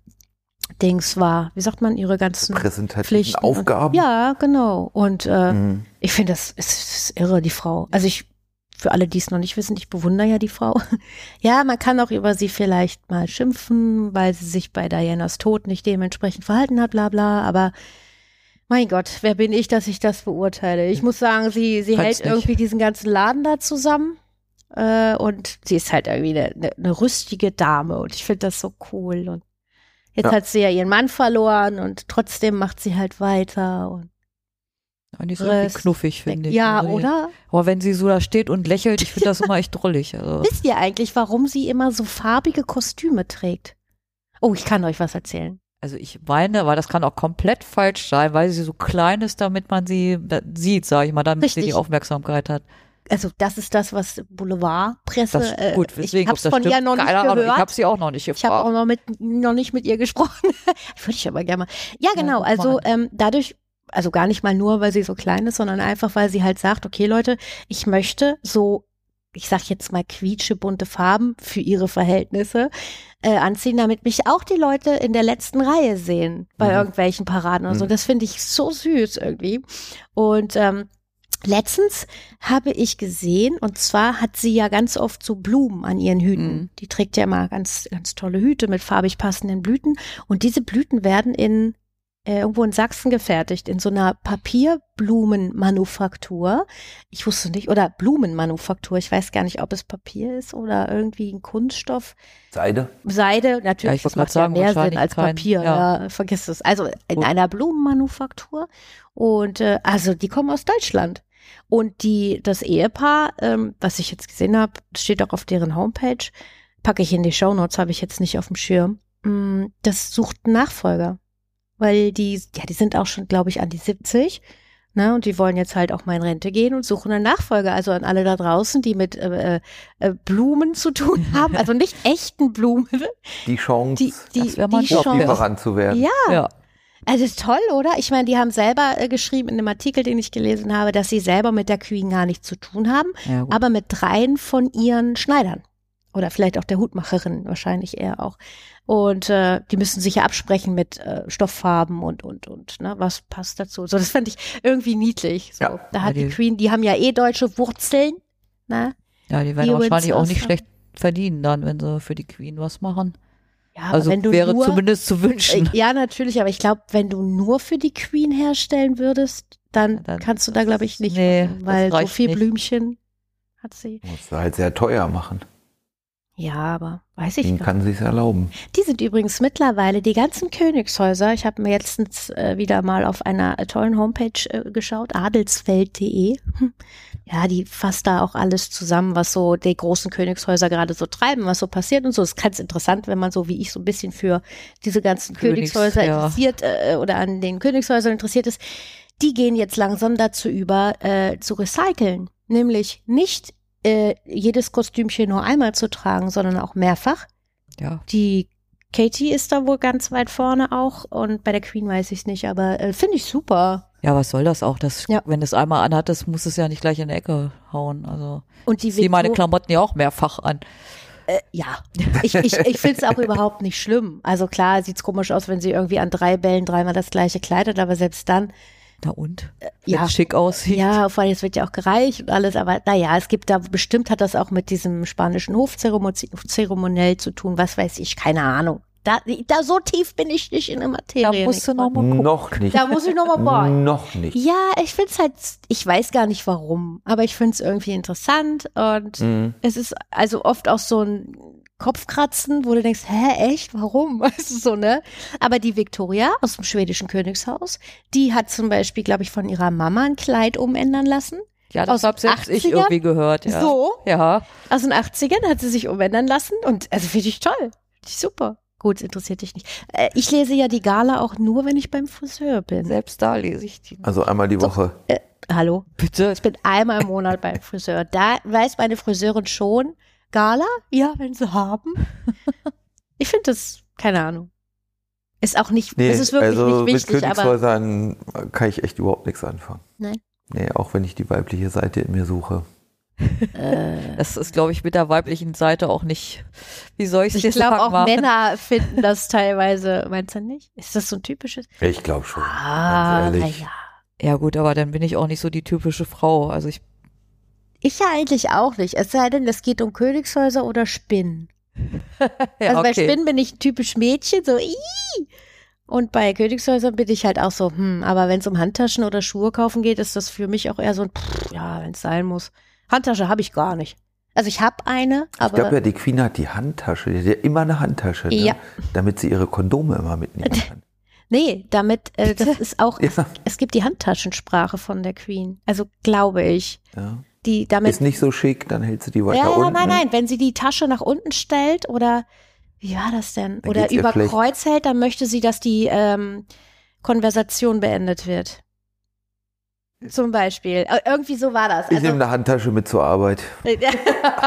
S2: Dings wahr. Wie sagt man, ihre ganzen
S3: Präsentativen
S2: Pflichten. und-
S3: Aufgaben.
S2: Ja, genau. Und äh,
S3: Mhm.
S2: ich finde, das ist, ist irre, die Frau. Also ich, für alle, die es noch nicht wissen, ich bewundere ja die Frau. [LAUGHS] Ja, man kann auch über sie vielleicht mal schimpfen, weil sie sich bei Dianas Tod nicht dementsprechend verhalten hat, bla bla, aber mein Gott, wer bin ich, dass ich das beurteile? Ich muss sagen, sie, sie
S4: Kann's
S2: hält
S4: nicht.
S2: irgendwie diesen ganzen Laden da zusammen. Äh, und sie ist halt irgendwie eine, eine, eine rüstige Dame und ich finde das so cool. Und jetzt
S3: Ja.
S2: hat sie ja ihren Mann verloren und trotzdem macht sie halt weiter und
S4: Und die ist irgendwie
S2: Rest-
S4: knuffig, finde ich.
S2: ja,
S4: Also die-
S2: oder?
S4: Aber wenn sie so da steht und lächelt, ich finde das immer echt
S2: [LAUGHS]
S4: drollig. Also,
S2: Wisst ihr eigentlich, warum sie immer so farbige Kostüme trägt? Oh, ich kann euch was erzählen.
S4: also ich meine, aber das kann auch komplett falsch sein, weil sie so klein ist, damit man sie da- sieht, sage ich mal, damit sie
S2: Richtig.
S4: die Aufmerksamkeit hat.
S2: Also das ist das, was Boulevardpresse.
S4: Das
S2: äh,
S4: gut,
S2: ich
S4: deswegen, ob
S2: hab's
S4: das
S2: von ihr
S4: stimmt,
S2: noch nicht
S4: keine Ahnung,
S2: gehört.
S4: ich habe sie auch noch nicht
S2: Ich habe auch noch,
S4: gefragt.
S2: mit, noch nicht mit ihr gesprochen. [LAUGHS] Würde ich aber gerne mal. Ja, genau.
S4: guck mal
S2: also
S4: an.
S2: ähm, dadurch, also gar nicht mal nur, weil sie so klein ist, sondern einfach, weil sie halt sagt, okay, Leute, ich möchte so, ich sag jetzt mal quietsche bunte Farben für ihre Verhältnisse äh, anziehen, damit mich auch die Leute in der letzten Reihe sehen bei
S3: Mhm.
S2: irgendwelchen Paraden und so.
S3: Mhm.
S2: Das finde ich so süß irgendwie. Und ähm, Letztens habe ich gesehen, und zwar hat sie ja ganz oft so Blumen an ihren Hüten.
S4: Mhm.
S2: Die trägt ja immer ganz, ganz tolle Hüte mit farbig passenden Blüten. Und diese Blüten werden in äh, irgendwo in Sachsen gefertigt, in so einer Papierblumenmanufaktur. Ich wusste nicht, oder Blumenmanufaktur, ich weiß gar nicht, ob es Papier ist oder irgendwie ein Kunststoff.
S3: Seide.
S2: Seide, natürlich,
S4: Ja, ich wollt
S2: das
S4: grad
S2: macht
S4: sagen,
S2: ja mehr Sinn
S4: wahrscheinlich
S2: als
S4: kein-
S2: Papier.
S4: ja.
S2: Ja. vergiss es. Also in
S4: Gut.
S2: einer Blumenmanufaktur. Und äh, also die kommen aus Deutschland. Und die, das Ehepaar, ähm, was ich jetzt gesehen habe, steht auch auf deren Homepage, packe ich in die Shownotes, habe ich jetzt nicht auf dem Schirm. Mm, Das sucht einen Nachfolger. Weil die, ja, die sind auch schon, glaube ich, an die 70. Ne, und die wollen jetzt halt auch mal in Rente gehen und suchen einen Nachfolger. Also an alle da draußen, die mit äh, äh, äh, Blumen zu
S4: [LAUGHS]
S2: tun haben, also nicht echten Blumen,
S3: Die Chance,
S2: die, die,
S4: wär mal
S2: die
S4: ein Job,
S2: Chance.
S4: ja.
S3: Lieferant zu werden.
S2: Ja,
S4: Ja,
S2: also ist toll, oder? Ich meine, die haben selber äh, geschrieben in einem Artikel, den ich gelesen habe, dass sie selber mit der Queen gar nichts zu tun haben,
S4: ja gut.
S2: aber mit dreien von ihren Schneidern. Oder vielleicht auch der Hutmacherin, wahrscheinlich eher auch. Und äh, die müssen sich ja absprechen mit äh, Stofffarben und, und, und, ne, was passt dazu. So, das fand ich irgendwie niedlich. So,
S3: Ja.
S2: da hat
S4: Ja,
S2: die
S4: die-
S2: Queen, die haben ja eh deutsche Wurzeln, ne?
S4: ja, die werden
S2: die Wins
S4: wahrscheinlich auch nicht
S2: aus-
S4: schlecht verdienen dann, wenn sie für die Queen was machen.
S2: Ja,
S4: Also wäre zumindest zu wünschen.
S2: Äh, Ja, natürlich, aber ich glaube, wenn du nur für die Queen herstellen würdest, dann,
S4: Ja, dann-
S2: kannst du da, glaube ich, nicht.
S4: Nee,
S2: machen,
S4: das
S2: weil so
S4: reicht
S2: viel
S4: nicht.
S2: Blümchen hat sie.
S3: Muss halt sehr teuer machen.
S2: Ja, aber weiß ich gar
S3: Den
S2: nicht.
S3: kann sich's erlauben.
S2: Die sind übrigens mittlerweile die ganzen Königshäuser. Ich habe mir letztens äh, wieder mal auf einer tollen Homepage äh, geschaut, adelsfeld.de. Hm. Ja, die fasst da auch alles zusammen, was so die großen Königshäuser gerade so treiben, was so passiert und so. ist ganz interessant, wenn man so wie ich so ein bisschen für diese ganzen
S4: Königs-
S2: Königshäuser
S4: ja.
S2: interessiert äh, oder an den Königshäusern interessiert ist. Die gehen jetzt langsam dazu über, äh, zu recyceln. Nämlich nicht äh, jedes Kostümchen nur einmal zu tragen, sondern auch mehrfach.
S4: Ja,
S2: Die Katie ist da wohl ganz weit vorne auch und bei der Queen weiß ich nicht, aber äh, finde ich super.
S4: Ja, was soll das auch? Das,
S2: Ja.
S4: Wenn es einmal anhat, das muss es ja nicht gleich in die Ecke hauen. Also
S2: Und die
S4: ich ziehe meine
S2: Victor-
S4: Klamotten ja auch mehrfach an.
S2: äh, ja, ich, ich, ich finde es auch überhaupt nicht schlimm. Also klar, sieht's komisch aus, wenn sie irgendwie an drei Bällen dreimal das gleiche kleidet, aber selbst dann,
S4: Na und? Wenn
S2: Äh, ja,
S4: es schick aussieht.
S2: ja, vor allem es wird ja auch gereicht und alles, aber naja, es gibt da, bestimmt hat das auch mit diesem spanischen Hofzeremoni- zeremoniell zu tun, was weiß ich, keine Ahnung. Da, da so tief bin ich nicht in der
S4: da
S2: Materie.
S4: musst du
S2: Nicole.
S4: nochmal gucken.
S3: Noch nicht.
S2: da muss ich nochmal bohren.
S3: Noch nicht.
S2: Ja, ich find's halt, ich weiß gar nicht warum, aber ich find's irgendwie interessant und
S3: Mhm.
S2: es ist also oft auch so ein Kopfkratzen, wo du denkst, hä, echt, warum? [LAUGHS] Weißt du, so, ne? Aber die Victoria aus dem schwedischen Königshaus, die hat zum Beispiel, glaube ich, von ihrer Mama ein Kleid umändern lassen.
S4: Ja, das
S2: Aus
S4: habe selbst ich
S2: 80ern?
S4: irgendwie gehört. Ja.
S2: So,
S4: Ja,
S2: aus den 80ern hat sie sich umändern lassen und also finde ich toll. Finde ich super. Gut, interessiert dich nicht. Äh, ich lese ja die Gala auch nur, wenn ich beim Friseur bin.
S4: selbst da lese ich die.
S3: Also einmal die Woche.
S2: Äh, Hallo?
S4: Bitte.
S2: Ich bin einmal im Monat beim Friseur. Da weiß meine Friseurin schon, Gala? Ja, wenn sie haben. Ich finde das, keine Ahnung. Ist auch nicht, es ist wirklich
S3: also
S2: nicht
S3: mit
S2: wichtig, aber
S3: Königshäusern kann ich echt überhaupt nichts anfangen.
S2: Nein.
S3: Nee, auch wenn ich die weibliche Seite in mir suche.
S2: äh,
S4: Das ist, glaube ich, mit der weiblichen Seite auch nicht. Wie soll ich es
S2: ich
S4: jetzt
S2: glaube
S4: lang
S2: auch
S4: machen?
S2: Männer finden das teilweise, meinst du nicht? Ist das so ein typisches?
S3: Ich glaube schon.
S2: Ah,
S3: ehrlich.
S2: na ja.
S4: Ja gut, aber dann bin ich auch nicht so die typische Frau. Also ich, [LAUGHS]
S2: Ich ja eigentlich auch nicht. Es sei denn, es geht um Königshäuser oder Spinnen.
S4: ja,
S2: also bei
S4: okay.
S2: Spinnen bin ich typisch Mädchen, so Ii! Und bei Königshäusern bin ich halt auch so, hm, aber wenn es um Handtaschen oder Schuhe kaufen geht, ist das für mich auch eher so ein, pff, ja, wenn es sein muss. Handtasche habe ich gar nicht. Also ich habe eine,
S3: Ich glaube
S2: aber
S3: ja, die Queen hat die Handtasche, die hat ja immer eine Handtasche, ne?
S2: Ja.
S3: damit sie ihre Kondome immer mitnehmen
S2: [LAUGHS]
S3: kann.
S2: nee, damit, äh, das ist auch,
S3: Ja,
S2: es gibt die Handtaschensprache von der Queen. Also glaube ich.
S3: ja.
S2: Die damit
S3: Ist nicht so schick, dann hält sie die weiter
S2: Ja, ja,
S3: unten.
S2: nein, nein. Wenn sie die Tasche nach unten stellt oder wie war das denn?
S3: Dann
S2: oder
S3: geht's ihr
S2: über
S3: schlecht.
S2: Kreuz hält, dann möchte sie, dass die ähm, Konversation beendet wird. Zum Beispiel. Äh, Irgendwie so war das.
S3: Ich
S2: Also,
S3: nehme
S2: äh,
S3: eine Handtasche mit zur Arbeit.
S2: [LAUGHS] ich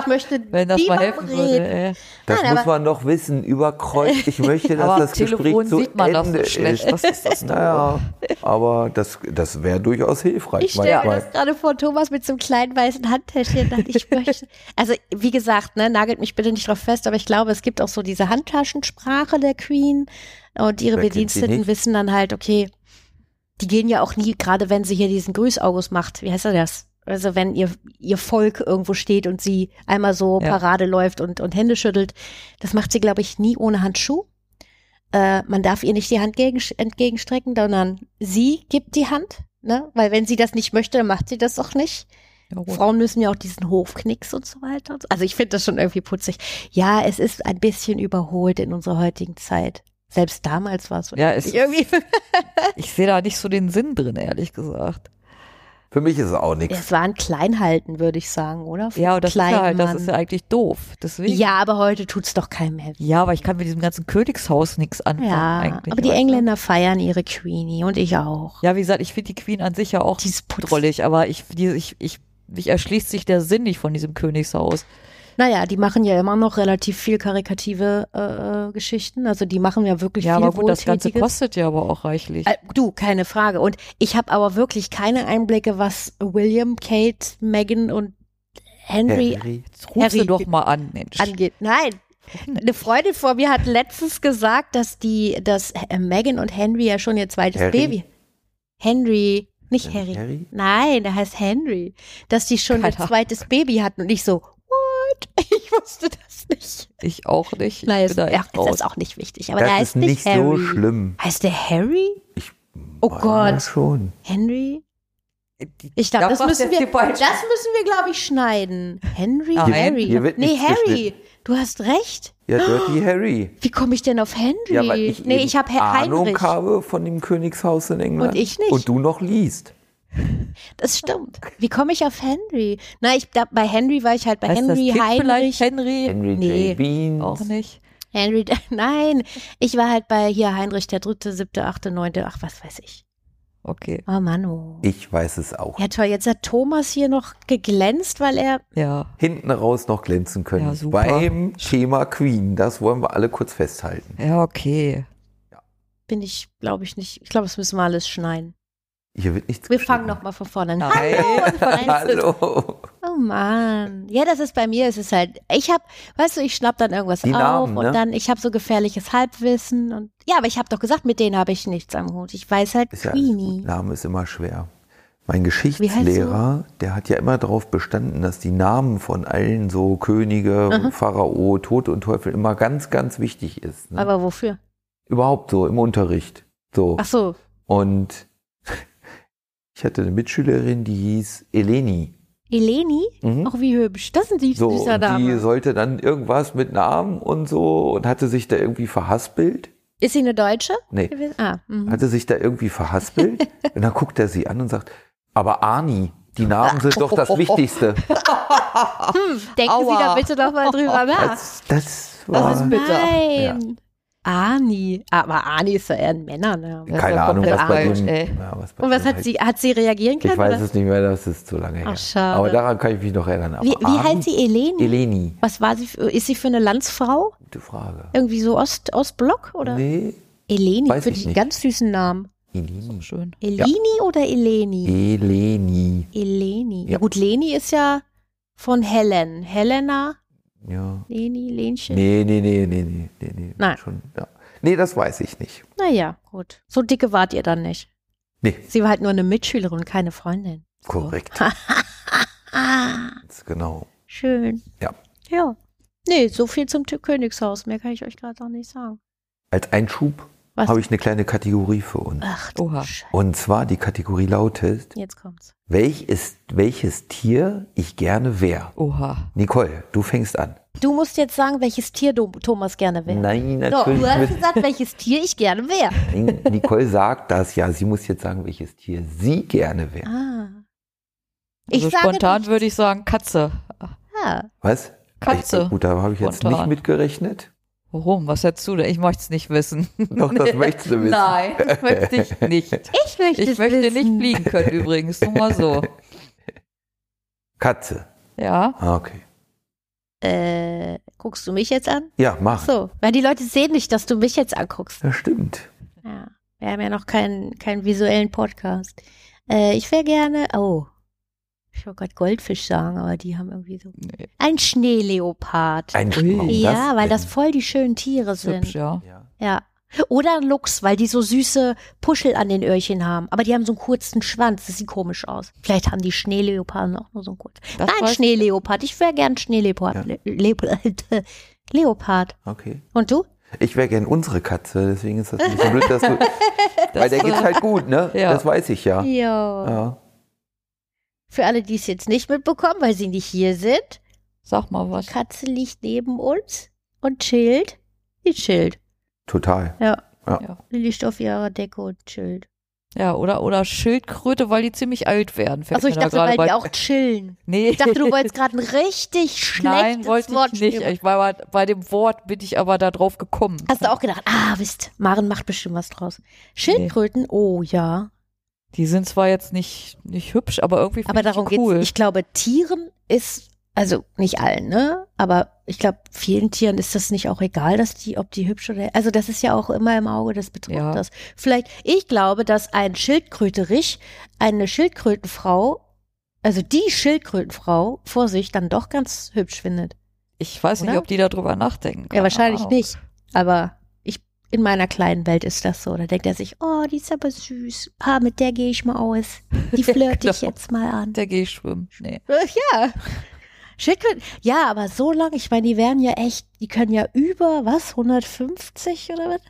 S2: möchte
S4: [LAUGHS] Wenn das
S2: niemandem
S4: mal helfen würde. äh,
S2: reden.
S4: Ey.
S3: Das
S2: Nein,
S3: muss
S2: aber-
S3: man noch wissen, über Kreuz. Ich möchte,
S2: [LAUGHS]
S3: dass
S4: Aber
S3: das
S4: am Telefon
S3: Gespräch zu
S4: sieht man das so
S3: Ende
S4: schlecht.
S3: ist.
S4: Was ist das denn?
S3: naja, aber das, das wäre durchaus hilfreich.
S2: Ich stelle mir
S3: manchmal.
S2: das gerade vor, Thomas mit so einem kleinen weißen Handtäschchen. und dachte,
S4: [LAUGHS]
S2: Ich möchte, also wie gesagt, ne, nagelt mich bitte nicht drauf fest, aber ich glaube, es gibt auch so diese Handtaschensprache der Queen und ihre
S3: Wer kennt sie
S2: Bediensteten
S3: nicht?
S2: wissen dann halt, okay, die gehen ja auch nie, gerade wenn sie hier diesen Grüßaugus macht, wie heißt er das? Also wenn ihr, ihr Volk irgendwo steht und sie einmal so
S4: Ja.
S2: Parade läuft und, und Hände schüttelt, das macht sie, glaube ich, nie ohne Handschuh. Äh, man darf ihr nicht die Hand gegen, entgegenstrecken, sondern sie gibt die Hand, ne? Weil wenn sie das nicht möchte, dann macht sie das auch nicht.
S4: Ja, gut.
S2: Frauen müssen ja auch diesen Hofknicks und so weiter. und so- Also ich finde das schon irgendwie putzig. Ja, es ist ein bisschen überholt in unserer heutigen Zeit. Selbst damals war es so.
S4: Ja, es-
S2: irgendwie.
S4: [LAUGHS] Ich sehe da nicht so den Sinn drin, ehrlich gesagt.
S3: Für mich ist es auch nichts.
S2: Es war ein Kleinhalten, würde ich sagen, oder?
S4: Ja, und das ist ja halt, das
S2: Kleinmann.
S4: ist ja eigentlich doof. Deswegen.
S2: ja, aber heute tut's doch keinem mehr. weh.
S4: Ja, aber ich kann mit diesem ganzen Königshaus nichts anfangen
S2: Ja,
S4: eigentlich.
S2: aber die
S4: weißt du?
S2: Engländer feiern ihre Queenie und ich auch.
S4: Ja, wie gesagt, ich finde die Queen an sich ja auch
S2: Die ist putzig.
S4: drollig, aber ich, die, ich, ich, mich erschließt sich der Sinn nicht von diesem Königshaus.
S2: Naja, die machen ja immer noch relativ viel karikative äh, äh, Geschichten. Also die machen ja wirklich
S4: Ja,
S2: viel
S4: aber gut, das Ganze
S2: Wohltätiges.
S4: kostet ja aber auch reichlich.
S2: Äh, du, keine Frage. Und ich habe aber wirklich keine Einblicke, was William, Kate, Meghan und Henry
S3: Harry.
S4: Jetzt ruf sie
S2: Harry-
S4: doch mal an, Mensch.
S2: angeht. Nein. Eine Freundin vor mir hat letztens gesagt, dass die, dass äh, Meghan und Henry ja schon ihr zweites
S3: Harry? Äh,
S2: Baby. Henry, nicht Harry.
S3: Harry?
S2: Nein, der heißt Henry. Dass die schon
S4: Keine
S2: ihr
S4: Ahnung.
S2: zweites Baby hatten und ich so, what? [LAUGHS] Ich wusste das nicht.
S4: Ich auch nicht. Ich
S2: Nein,
S4: bin
S2: ist,
S4: da
S2: ja,
S4: echt
S2: das
S4: raus.
S2: ist auch nicht wichtig. Aber der
S3: Das
S2: heißt
S3: ist nicht
S2: Harry.
S3: so schlimm.
S2: Heißt der Harry?
S3: Ich
S2: Oh
S3: meine
S2: Gott.
S3: schon.
S2: Henry?
S4: Äh, Die-
S2: Ich glaube,
S4: Da
S2: das,
S4: macht
S2: müssen
S4: jetzt
S2: wir,
S4: die
S2: das
S4: falsche-
S2: müssen wir, glaube ich, schneiden. Henry,
S4: Nein.
S2: Harry.
S3: Hier wird
S2: nee,
S3: nichts
S2: Harry,
S3: geschnitten.
S2: du hast recht. [GASPS]
S3: Ja, Dirty Harry.
S2: Wie komme ich denn auf Henry?
S3: Ja, weil ich
S2: nee,
S3: eben
S2: ich habe
S3: Ahnung
S2: Heinrich.
S3: habe von dem Königshaus in England.
S2: Und ich nicht.
S3: Und du noch liest.
S2: Das stimmt. Wie komme ich auf Henry? Na, ich da, bei Henry war ich halt bei
S4: Heißt das
S2: Henry,
S4: Kind
S2: Heinrich.
S4: vielleicht Henry?
S3: Henry
S2: Nee,
S3: J. Bean.
S4: Auch nicht.
S2: Henry, [LAUGHS] nein, ich war halt bei hier Heinrich der dritte, siebte, achte, neunte, ach was weiß ich.
S4: Okay.
S2: Oh Mann, oh.
S3: Ich weiß es auch.
S2: Ja toll, jetzt hat Thomas hier noch geglänzt, weil er
S4: Ja.
S3: Hinten raus noch glänzen können.
S4: Ja, super.
S3: Beim Thema Queen. Das wollen wir alle kurz festhalten.
S4: Ja, okay.
S2: bin ich, glaube ich nicht. Ich glaube, das müssen wir alles schneiden.
S3: Hier wird nichts
S2: Wir
S3: geschnitten.
S2: fangen nochmal von vorne an.
S4: Nein.
S2: Hallo
S3: [LAUGHS]
S2: und vereinzelt.
S3: Hallo.
S2: Oh Mann. Ja, das ist bei mir, es ist halt, ich hab, weißt du, ich schnapp dann irgendwas
S3: Die
S2: auf
S3: Namen, ne?
S2: und dann, ich habe so gefährliches Halbwissen und ja, aber ich habe doch gesagt, mit denen habe ich nichts am Hut. Ich weiß halt
S3: Ist ja alles gut. ne?
S2: Queenie.
S3: Name ist immer schwer. Mein
S2: Wie
S3: Geschichtslehrer, der hat ja immer darauf bestanden, dass die Namen von allen so Könige, Pharao, Tod und Teufel immer ganz, ganz wichtig ist. Ne?
S2: aber wofür?
S3: Überhaupt so im Unterricht. So.
S2: Ach so,
S3: Und [LAUGHS] ich hatte eine Mitschülerin, die hieß Eleni.
S2: Eleni?
S3: Mhm.
S2: Auch wie hübsch. Das ist ein süß-
S3: So,
S2: süßer
S3: und die
S2: Name.
S3: sollte dann irgendwas mit Namen und so und hatte sich da irgendwie verhaspelt.
S2: ist sie eine Deutsche?
S3: Nee,
S2: gewesen? Ah, mhm.
S3: hatte sich da
S2: [LAUGHS]
S3: irgendwie verhaspelt. und dann guckt er sie an und sagt, aber Ani, die Namen sind doch
S2: [LAUGHS]
S3: das Wichtigste.
S2: Denken Sie
S3: [LAUGHS]
S4: Aua.
S2: da bitte nochmal drüber nach.
S3: Das, das war
S4: Das ist bitter.
S2: Nein. Ani. Aber Ani ist ja eher ein Männername.
S4: Das ist
S3: Keine
S4: ja
S3: Ahnung, was bei
S4: komplett
S3: dem.
S4: falsch, ey.
S3: ja, bei
S2: Und was
S3: dem
S2: hat sie, hat sie reagieren können?
S3: halt. Ich weiß
S2: oder?
S3: es nicht mehr, das ist zu lange her.
S2: schade.
S3: Aber daran kann ich mich noch erinnern. Aber
S2: Wie, wie
S3: Arn-
S2: heißt sie Eleni?
S3: Eleni,
S2: Was war sie? für- Ist sie für eine Landsfrau?
S3: gute Frage.
S2: Irgendwie so Ost, Ostblock oder?
S3: Nee,
S2: Eleni,
S3: Weiß
S2: finde
S3: ich
S2: ich einen
S3: nicht.
S2: ganz süßen Namen.
S3: Eleni.
S4: Schön.
S2: Elini oder Eleni?
S3: Eleni.
S2: Eleni. Ja.
S3: E- Ja.
S2: gut, Leni ist ja von Helen. Helena,
S3: Ja.
S2: Leni, Lenchen.
S3: Nee, nee, nee, nee, nee, nee, nee.
S2: Nein.
S3: Schon, ja. Nee, das weiß ich nicht.
S2: Naja, gut. So dicke wart ihr dann nicht.
S3: Nee,
S2: Sie war halt nur eine Mitschülerin, keine Freundin.
S3: korrekt.
S2: Oh.
S3: [LAUGHS] Ganz genau.
S2: Schön.
S3: Ja.
S2: Ja. Nee, so viel zum Tü- Königshaus. Mehr kann ich euch gerade auch nicht sagen.
S3: Als Einschub
S2: Was?
S3: habe ich eine kleine Kategorie für uns.
S2: Ach,
S4: Oha.
S2: Scheiße.
S3: Und zwar die Kategorie lautet,
S2: Jetzt kommt's.
S3: welch ist, welches Tier ich gerne wäre.
S4: Oha.
S3: Nicole, du fängst an.
S2: Du musst jetzt sagen, welches Tier du, Thomas gerne wäre.
S3: Nein,
S2: So,
S3: natürlich.
S2: du hast
S3: mit-
S2: gesagt, welches Tier ich gerne wäre.
S3: Nein, Nicole sagt das ja. Sie muss jetzt sagen, welches Tier sie gerne wäre.
S2: Ah. Ich
S4: Also
S2: sage
S4: spontan
S2: nicht-
S4: würde ich sagen Katze.
S2: Ja.
S3: Was?
S4: Katze.
S3: Ich, gut, da habe ich jetzt
S4: Spontan.
S3: nicht mitgerechnet.
S4: Warum? Was hättest du denn? Ich möchte es nicht wissen.
S3: Doch,
S4: [LAUGHS]
S3: das möchtest du wissen.
S4: Nein, [LAUGHS] das möchte ich nicht.
S2: Ich möchte,
S4: Ich
S2: es
S4: möchte nicht
S2: wissen.
S4: fliegen können übrigens, nur mal so.
S3: Katze.
S4: Ja,
S3: Ah, okay.
S2: Äh, guckst du mich jetzt an?
S3: Ja, mach.
S2: So, weil die Leute sehen nicht, dass du mich jetzt anguckst.
S3: Das stimmt.
S2: Ja, wir haben ja noch keinen, keinen visuellen Podcast. Äh, ich wäre gerne, oh, ich wollte gerade Goldfisch sagen, aber die haben irgendwie so.
S4: Nee.
S2: Ein Schneeleopard.
S3: Ein
S4: Ui.
S3: Warum
S2: ja, weil das
S3: denn?
S2: voll die schönen Tiere
S4: ist hübsch,
S2: sind.
S4: ja.
S3: Ja.
S2: Ja. Oder ein Luchs, weil die so süße Puschel an den Öhrchen haben. Aber die haben so einen kurzen Schwanz. Das sieht komisch aus. Vielleicht haben die Schneeleoparden auch nur so einen kurzen.
S4: Das
S2: Nein,
S4: weiß-
S2: Schneeleopard. Ich wäre gern Schneeleopard.
S3: Ja.
S2: Le Le Leopard.
S3: Okay.
S2: Und du?
S3: Ich wäre gern unsere Katze, deswegen ist das nicht so blöd,
S2: [LAUGHS]
S3: dass du. weil der geht's halt gut, ne?
S4: Ja.
S3: Das weiß ich ja.
S2: Ja.
S3: Ja.
S2: Für alle, die es jetzt nicht mitbekommen, weil sie nicht hier sind,
S4: Sag mal was.
S2: Katze liegt neben uns und chillt. Die chillt.
S3: Total.
S2: Die liegt auf ihrer Decke und chillt.
S4: Ja, oder, oder Schildkröte, weil die ziemlich alt werden. fällt
S2: Achso, ich
S4: mir da
S2: dachte,
S4: gerade
S2: weil die
S4: bei-
S2: auch chillen.
S4: Nee.
S2: Ich dachte, du wolltest gerade ein richtig
S4: [LAUGHS] Nein,
S2: schlechtes
S4: wollte
S2: Wort
S4: ich nicht.
S2: nehmen.
S4: Ich war aber, bei dem Wort bin ich aber da drauf gekommen.
S2: Hast du auch gedacht, ah, wisst, Maren macht bestimmt was draus. Schildkröten, oh ja.
S4: Die sind zwar jetzt nicht, nicht hübsch, aber irgendwie
S2: Aber
S4: find ich
S2: darum
S4: die cool.
S2: geht's. Ich glaube, Tieren ist, also nicht allen, ne? Aber ich glaube, vielen Tieren ist das nicht auch egal, dass die, ob die hübsch oder. Also das ist ja auch immer im Auge des Betrachters. Vielleicht, ich glaube, dass ein Schildkröterich, eine Schildkrötenfrau, also die Schildkrötenfrau vor sich dann doch ganz hübsch findet.
S4: Ich weiß nicht,
S2: Oder?
S4: ob die da drüber nachdenken.
S2: Ja, wahrscheinlich
S4: Keine Ahnung.
S2: nicht. Aber ich, in meiner kleinen Welt ist das so. Da denkt er sich, oh, die ist aber süß. Ah, mit der gehe ich mal aus.
S4: [LAUGHS]
S2: Die flirte ich
S4: Genau.
S2: jetzt mal an.
S4: Der geh ich schwimmen. Nee.
S2: Äh, Ja. Schildkröten. Ja, aber so lang, ich meine, die werden ja echt, die können ja über, was, 150 oder was?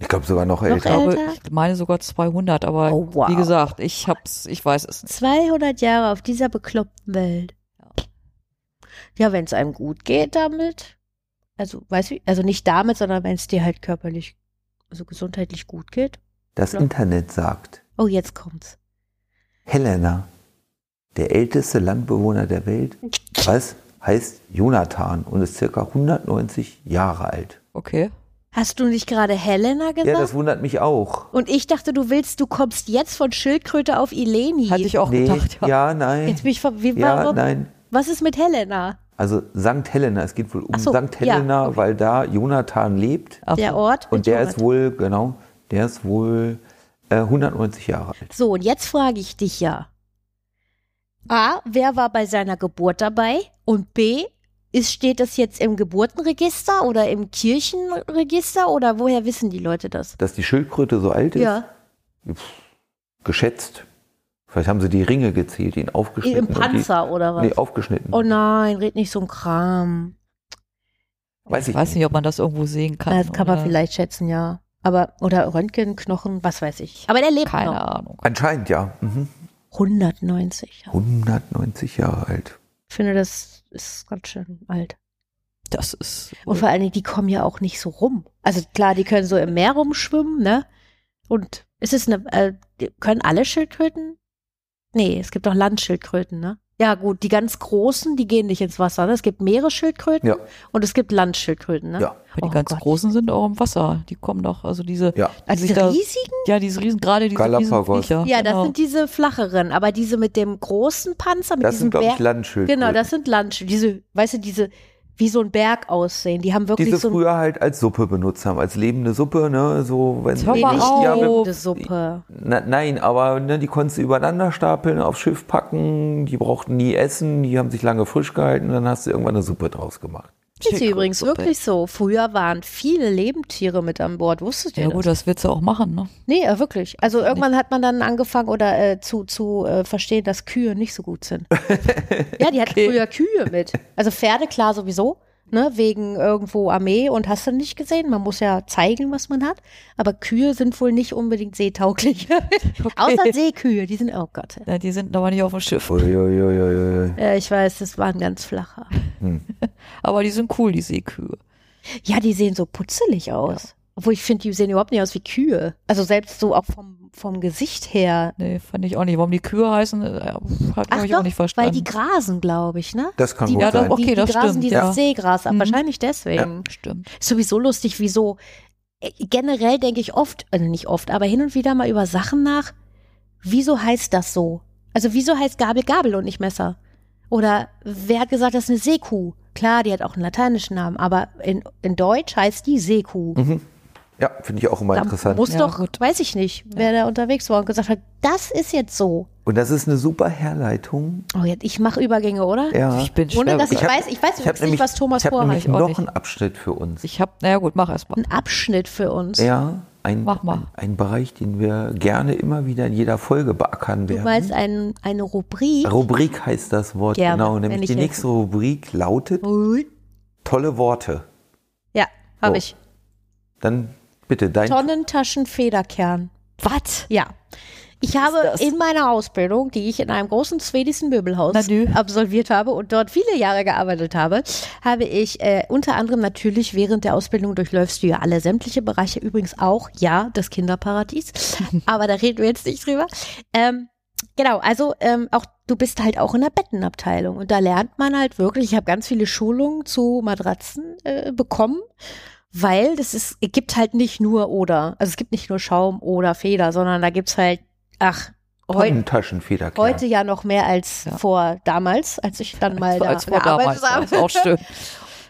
S3: Ich glaube sogar noch
S4: Ich
S3: älter.
S4: glaube,
S2: Alter.
S4: ich meine sogar 200, aber
S2: Oh, wow.
S4: wie gesagt, ich hab's, ich weiß es nicht.
S2: 200 Jahre auf dieser bekloppten Welt. Ja, wenn es einem gut geht damit, also, weißt du, also nicht damit, sondern wenn es dir halt körperlich, also gesundheitlich gut geht.
S3: Das Internet sagt,
S2: Oh, jetzt
S4: [LAUGHS]
S2: kommt's.
S3: Helena, der älteste Landbewohner der Welt, was heißt Jonathan und ist circa 190 Jahre alt.
S4: Okay.
S2: Hast du nicht gerade Helena gesagt?
S3: Ja, das wundert mich auch.
S2: Und ich dachte, du willst, du kommst jetzt von Schildkröte auf Eleni.
S4: Hatte ich auch
S3: Nee,
S4: gedacht, ja.
S3: ja, nein.
S2: Jetzt bin ich ver wie,
S3: Ja,
S2: warum?
S3: nein.
S2: Was ist mit Helena?
S3: Also St. Helena, es geht wohl um
S2: Ach so,
S3: St.
S2: ja,
S3: Helena,
S2: okay.
S3: weil da Jonathan lebt.
S4: Ach
S2: Der
S4: so.
S2: Ort? mit
S3: Und der ist
S2: Jonathan.
S3: wohl, genau, der ist wohl äh, 190 Jahre alt.
S2: So, und jetzt frage ich dich ja. A, wer war bei seiner Geburt dabei? Und B, ist, steht das jetzt im Geburtenregister oder im Kirchenregister oder woher wissen die Leute das?
S3: Dass die Schildkröte so alt ist,
S2: Ja,
S3: geschätzt. Vielleicht haben sie die Ringe gezählt, ihn aufgeschnitten.
S2: im
S3: und
S2: Panzer oder
S3: Die,
S2: was?
S3: nee, aufgeschnitten.
S2: oh nein, red nicht so ein Kram.
S3: weiß
S4: Ich
S3: ich
S4: weiß
S3: nicht.
S4: nicht, ob man das irgendwo sehen kann.
S2: oh. das kann man
S4: oder-
S2: vielleicht schätzen, ja. Aber, oder Röntgenknochen, was weiß ich. Aber der lebt
S4: Keine
S2: noch.
S4: Ahnung.
S3: Anscheinend ja. Mhm.
S2: 190. Ja.
S3: 190 Jahre alt.
S2: Ich finde, das ist ganz schön alt.
S4: Das ist.
S2: Und vor allen Dingen, die kommen ja auch nicht so rum. Also klar, die können so im Meer rumschwimmen, ne? Und ist es eine, äh, die- können alle Schildkröten? Nee, es gibt auch Landschildkröten, ne? Ja, gut, die ganz großen, die gehen nicht ins Wasser. Ne? Es gibt Meeresschildkröten
S3: Ja.
S2: und es gibt Landschildkröten. Ne?
S3: Ja.
S4: Aber die
S2: Oh
S4: ganz
S2: Gott.
S4: großen sind auch im Wasser. Die kommen doch, also diese,
S3: Ja.
S2: Also die
S4: sich da-
S2: riesigen? Genau.
S4: ja, diese riesen, gerade diese
S3: Galapagos.
S4: Riesen Genau.
S2: Ja, das sind diese flacheren, aber diese mit dem großen Panzer, mit
S3: Das
S2: diesem
S3: sind, glaube ich,
S2: Berg.
S3: Landschildkröten.
S2: Genau, das sind Landschildkröten. Diese, weißt du, diese, wie so ein Berg aussehen. Die haben wirklich
S3: die sie
S2: so
S3: früher halt als Suppe benutzt haben, als lebende Suppe, ne, so wenn
S4: hör
S2: Nee,
S4: mal
S2: nicht
S4: auf.
S3: ja,
S2: die
S3: wir-
S2: lebende Oh, Suppe.
S3: na, nein, aber ne, die konntest du übereinander stapeln, aufs Schiff packen, die brauchten nie essen, die haben sich lange frisch gehalten, dann hast du irgendwann eine Suppe draus gemacht.
S2: Ist sie übrigens
S4: Schildkrötensuppe.
S2: wirklich so. Früher waren viele Lebendtiere mit an Bord. Wusstet ihr
S4: Ja
S2: das?
S4: gut, das willst du auch machen, ne?
S2: Nee, äh, wirklich. Also irgendwann hat man dann angefangen oder äh, zu, zu äh, verstehen, dass Kühe nicht so gut sind. ja, die hatten früher Kühe mit. Also Pferde, klar, sowieso. Ne, wegen irgendwo Armee und hast du nicht gesehen. Man muss ja zeigen, was man hat. Aber Kühe sind wohl nicht unbedingt seetauglich. [LAUGHS] Außer Seekühe, die sind, oh Gott.
S4: Ja, die sind aber nicht auf dem Schiff.
S3: Uiuiuiui.
S2: Äh, ich weiß, das waren ganz flacher.
S4: Aber die sind cool, die Seekühe.
S2: Ja, die sehen so putzelig aus. Obwohl ich finde, die sehen überhaupt nicht aus wie Kühe. Also selbst so auch vom, vom Gesicht her.
S4: Nee, fand ich auch nicht. Warum die Kühe heißen, äh, hat
S2: Ach
S4: man ich
S2: doch,
S4: auch nicht
S2: weil
S4: verstanden.
S2: die grasen, glaube ich, ne?
S3: Das kann
S2: die,
S3: gut
S2: ja,
S3: sein.
S2: doch, okay, die, die
S4: das
S2: grasen
S4: stimmt,
S2: dieses
S4: ja.
S2: Seegras ab.
S4: Mhm.
S2: Wahrscheinlich deswegen.
S4: Stimmt.
S2: Ist sowieso lustig, wieso. äh, Generell denke ich oft, äh, nicht oft, aber hin und wieder mal über Sachen nach, wieso heißt das so? Also wieso heißt Gabel Gabel und nicht Messer? Oder wer hat gesagt, das ist eine Seekuh? Klar, die hat auch einen lateinischen Namen, aber in, in Deutsch heißt die Seekuh.
S3: Ja, finde ich auch immer
S2: Da
S3: Hm, interessant.
S2: muss
S4: Ja,
S2: doch,
S4: gut.
S2: weiß ich nicht, wer da unterwegs war und gesagt hat, das ist jetzt so.
S3: Und das ist eine super Herleitung.
S2: Oh, jetzt, ich mache Übergänge, oder?
S3: Ja.
S4: Ich bin
S2: Ohne
S4: schwer
S2: dass ich,
S3: hab-
S2: weiß, ich weiß
S3: hab
S2: wirklich nicht, was Thomas
S3: ich hab
S2: vorhat.
S3: nämlich
S4: Ich auch
S3: noch
S4: nicht.
S3: einen Abschnitt für uns.
S4: Ich hab, naja gut, mach erst mal.
S2: Ein Abschnitt für uns.
S3: Ja, ein,
S4: Mach mal.
S3: ein, ein Bereich, den wir gerne immer wieder in jeder Folge beackern
S2: Du
S3: werden.
S2: meinst ein, eine Rubrik.
S3: Rubrik heißt das Wort,
S2: Gerne,
S3: genau.
S2: wenn
S3: Nämlich
S2: ich
S3: die
S2: helfe.
S3: nächste Rubrik lautet
S2: Ui.
S3: tolle Worte.
S2: Ja, habe
S3: Oh.
S2: ich.
S3: Dann bitte dein.
S2: Tonnentaschenfederkern.
S4: Was?
S2: Ja. Ich habe
S4: das?
S2: in meiner Ausbildung, die ich in einem großen schwedischen Möbelhaus
S4: Na nö.
S2: absolviert habe und dort viele Jahre gearbeitet habe, habe ich äh, unter anderem natürlich während der Ausbildung durchläufst du ja alle sämtliche Bereiche, übrigens auch, ja, das
S4: [LAUGHS]
S2: Kinderparadies, aber da reden wir jetzt nicht drüber. Ähm, genau, also ähm, auch du bist halt auch in der Bettenabteilung und da lernt man halt wirklich, ich habe ganz viele Schulungen zu Matratzen äh, bekommen weil das ist, es gibt halt nicht nur oder. Also es gibt nicht nur Schaum oder Feder, sondern da gibt's halt, ach, heu,
S3: Tonnentaschenfederkern.
S2: heute ja noch mehr als
S4: Oh, Ja.
S2: vor damals, als ich dann mal da
S4: als vor
S2: gearbeitet
S4: damals.
S2: habe.
S4: Das ist auch schön.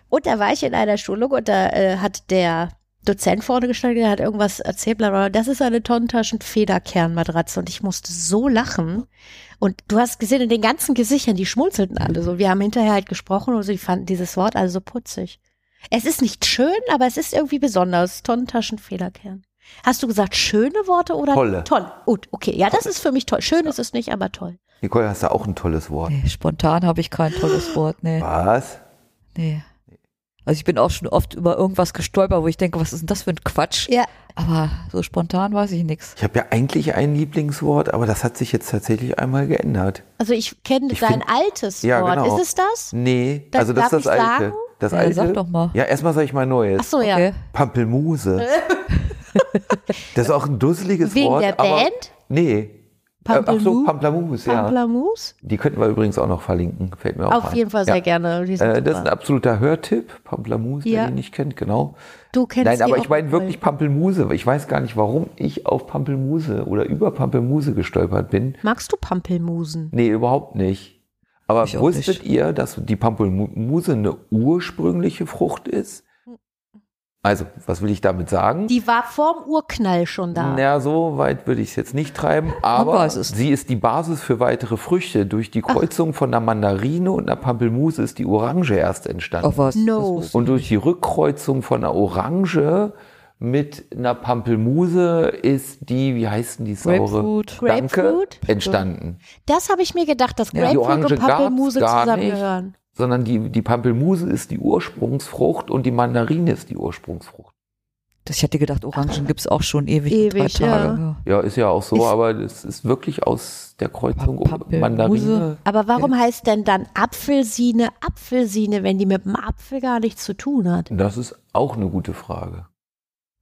S2: Und da war ich in einer Schulung und da äh, hat der Dozent vorne gestanden, der hat irgendwas erzählt, bla, bla, bla. das ist eine Tonnentaschen-Federkernmatratze und ich musste so lachen. Und du hast gesehen, in den ganzen Gesichern, die schmunzelten alle so. Wir haben hinterher halt gesprochen und sie fanden dieses Wort alle so putzig. Es ist nicht schön, aber es ist irgendwie besonders. Tonnentaschen-Federkern. Hast du gesagt schöne Worte oder
S3: Tolle.
S2: Toll. Gut, okay. Ja, das ist für mich toll. Schön ist es nicht, aber toll.
S3: Nicole, hast du auch ein tolles Wort?
S4: Nee, spontan habe ich kein tolles Wort. Nee.
S3: Was?
S4: Nee. Also ich bin auch schon oft über irgendwas gestolpert, wo ich denke, was ist denn das für ein Quatsch?
S2: Ja.
S4: Aber so spontan weiß ich nichts.
S3: Ich habe ja eigentlich ein Lieblingswort, aber das hat sich jetzt tatsächlich einmal geändert.
S2: Also ich kenne
S3: Ich
S2: dein
S3: find-
S2: altes
S3: Ja,
S2: Wort.
S3: genau.
S2: Ist es das?
S3: Nee,
S2: Das
S3: also das
S2: darf
S3: ist das
S2: ich
S3: alte.
S2: sagen?
S3: Das
S4: Ja,
S3: alte.
S4: sag doch mal.
S3: Ja, erstmal sag ich mal neues.
S2: Ach so, Oh ja.
S4: Okay.
S2: [LAUGHS]
S3: Pampelmuse. das ist auch ein dusseliges
S2: Wegen
S3: Wort.
S2: der
S3: aber
S2: Band?
S3: Nee. Äh, Ach so,
S2: Pampelmu-
S3: Pamplamuse, ja.
S2: Pamplamuse?
S3: Die könnten wir übrigens auch noch verlinken. Fällt mir auch
S2: Auf
S3: ein.
S2: jeden Fall sehr
S3: ja.
S2: gerne. Die sind
S3: Äh, das ist
S2: super.
S3: ein absoluter Hörtipp. Pampelmuse,
S2: Ja.
S3: wer ihn nicht kennt, genau.
S2: Du kennst
S3: Nein,
S2: die
S3: aber
S2: auch
S3: ich meine
S2: voll.
S3: wirklich Pampelmuse. Ich weiß gar nicht, warum ich auf Pampelmuse oder über Pampelmuse gestolpert bin.
S2: Magst du Pampelmusen?
S3: Nee, überhaupt nicht. Aber
S4: Ich auch
S3: wusstet ihr, dass die Pampelmuse eine ursprüngliche Frucht ist? Also, was will ich damit sagen?
S2: Die war vorm Urknall schon da.
S3: Na, so weit würde ich es jetzt nicht treiben, aber
S4: weiß es
S3: sie ist die Basis für weitere Früchte. Durch die Kreuzung von einer Mandarine und einer Pampelmuse ist die Orange erst entstanden.
S4: Auf Oh, was?
S2: No.
S4: Das wusste
S3: Und durch die Rückkreuzung von einer Orange mit einer Pampelmuse ist die, wie heißt denn die saure?
S4: Grapefruit.
S3: Danke,
S2: Grapefruit?
S3: entstanden.
S2: Das habe ich mir gedacht, dass
S3: Die
S2: Grapefruit
S3: Orange
S2: und Pampelmuse
S3: gab's gar
S2: zusammengehören.
S3: nicht, sondern die, die Pampelmuse ist die Ursprungsfrucht und die Mandarine ist die Ursprungsfrucht.
S4: ich. Das- ich hätte gedacht, Orangen gibt's auch schon ewig, und
S2: Ewig,
S4: drei Tage.
S2: ja.
S3: Ja, ist ja auch so,
S4: Ist-
S3: aber es ist wirklich aus der Kreuzung
S4: Pampelmuse.
S3: Mandarine.
S2: Aber warum heißt denn dann Apfelsine Apfelsine, wenn die mit dem Apfel gar nichts zu tun hat?
S3: Das ist auch eine gute Frage.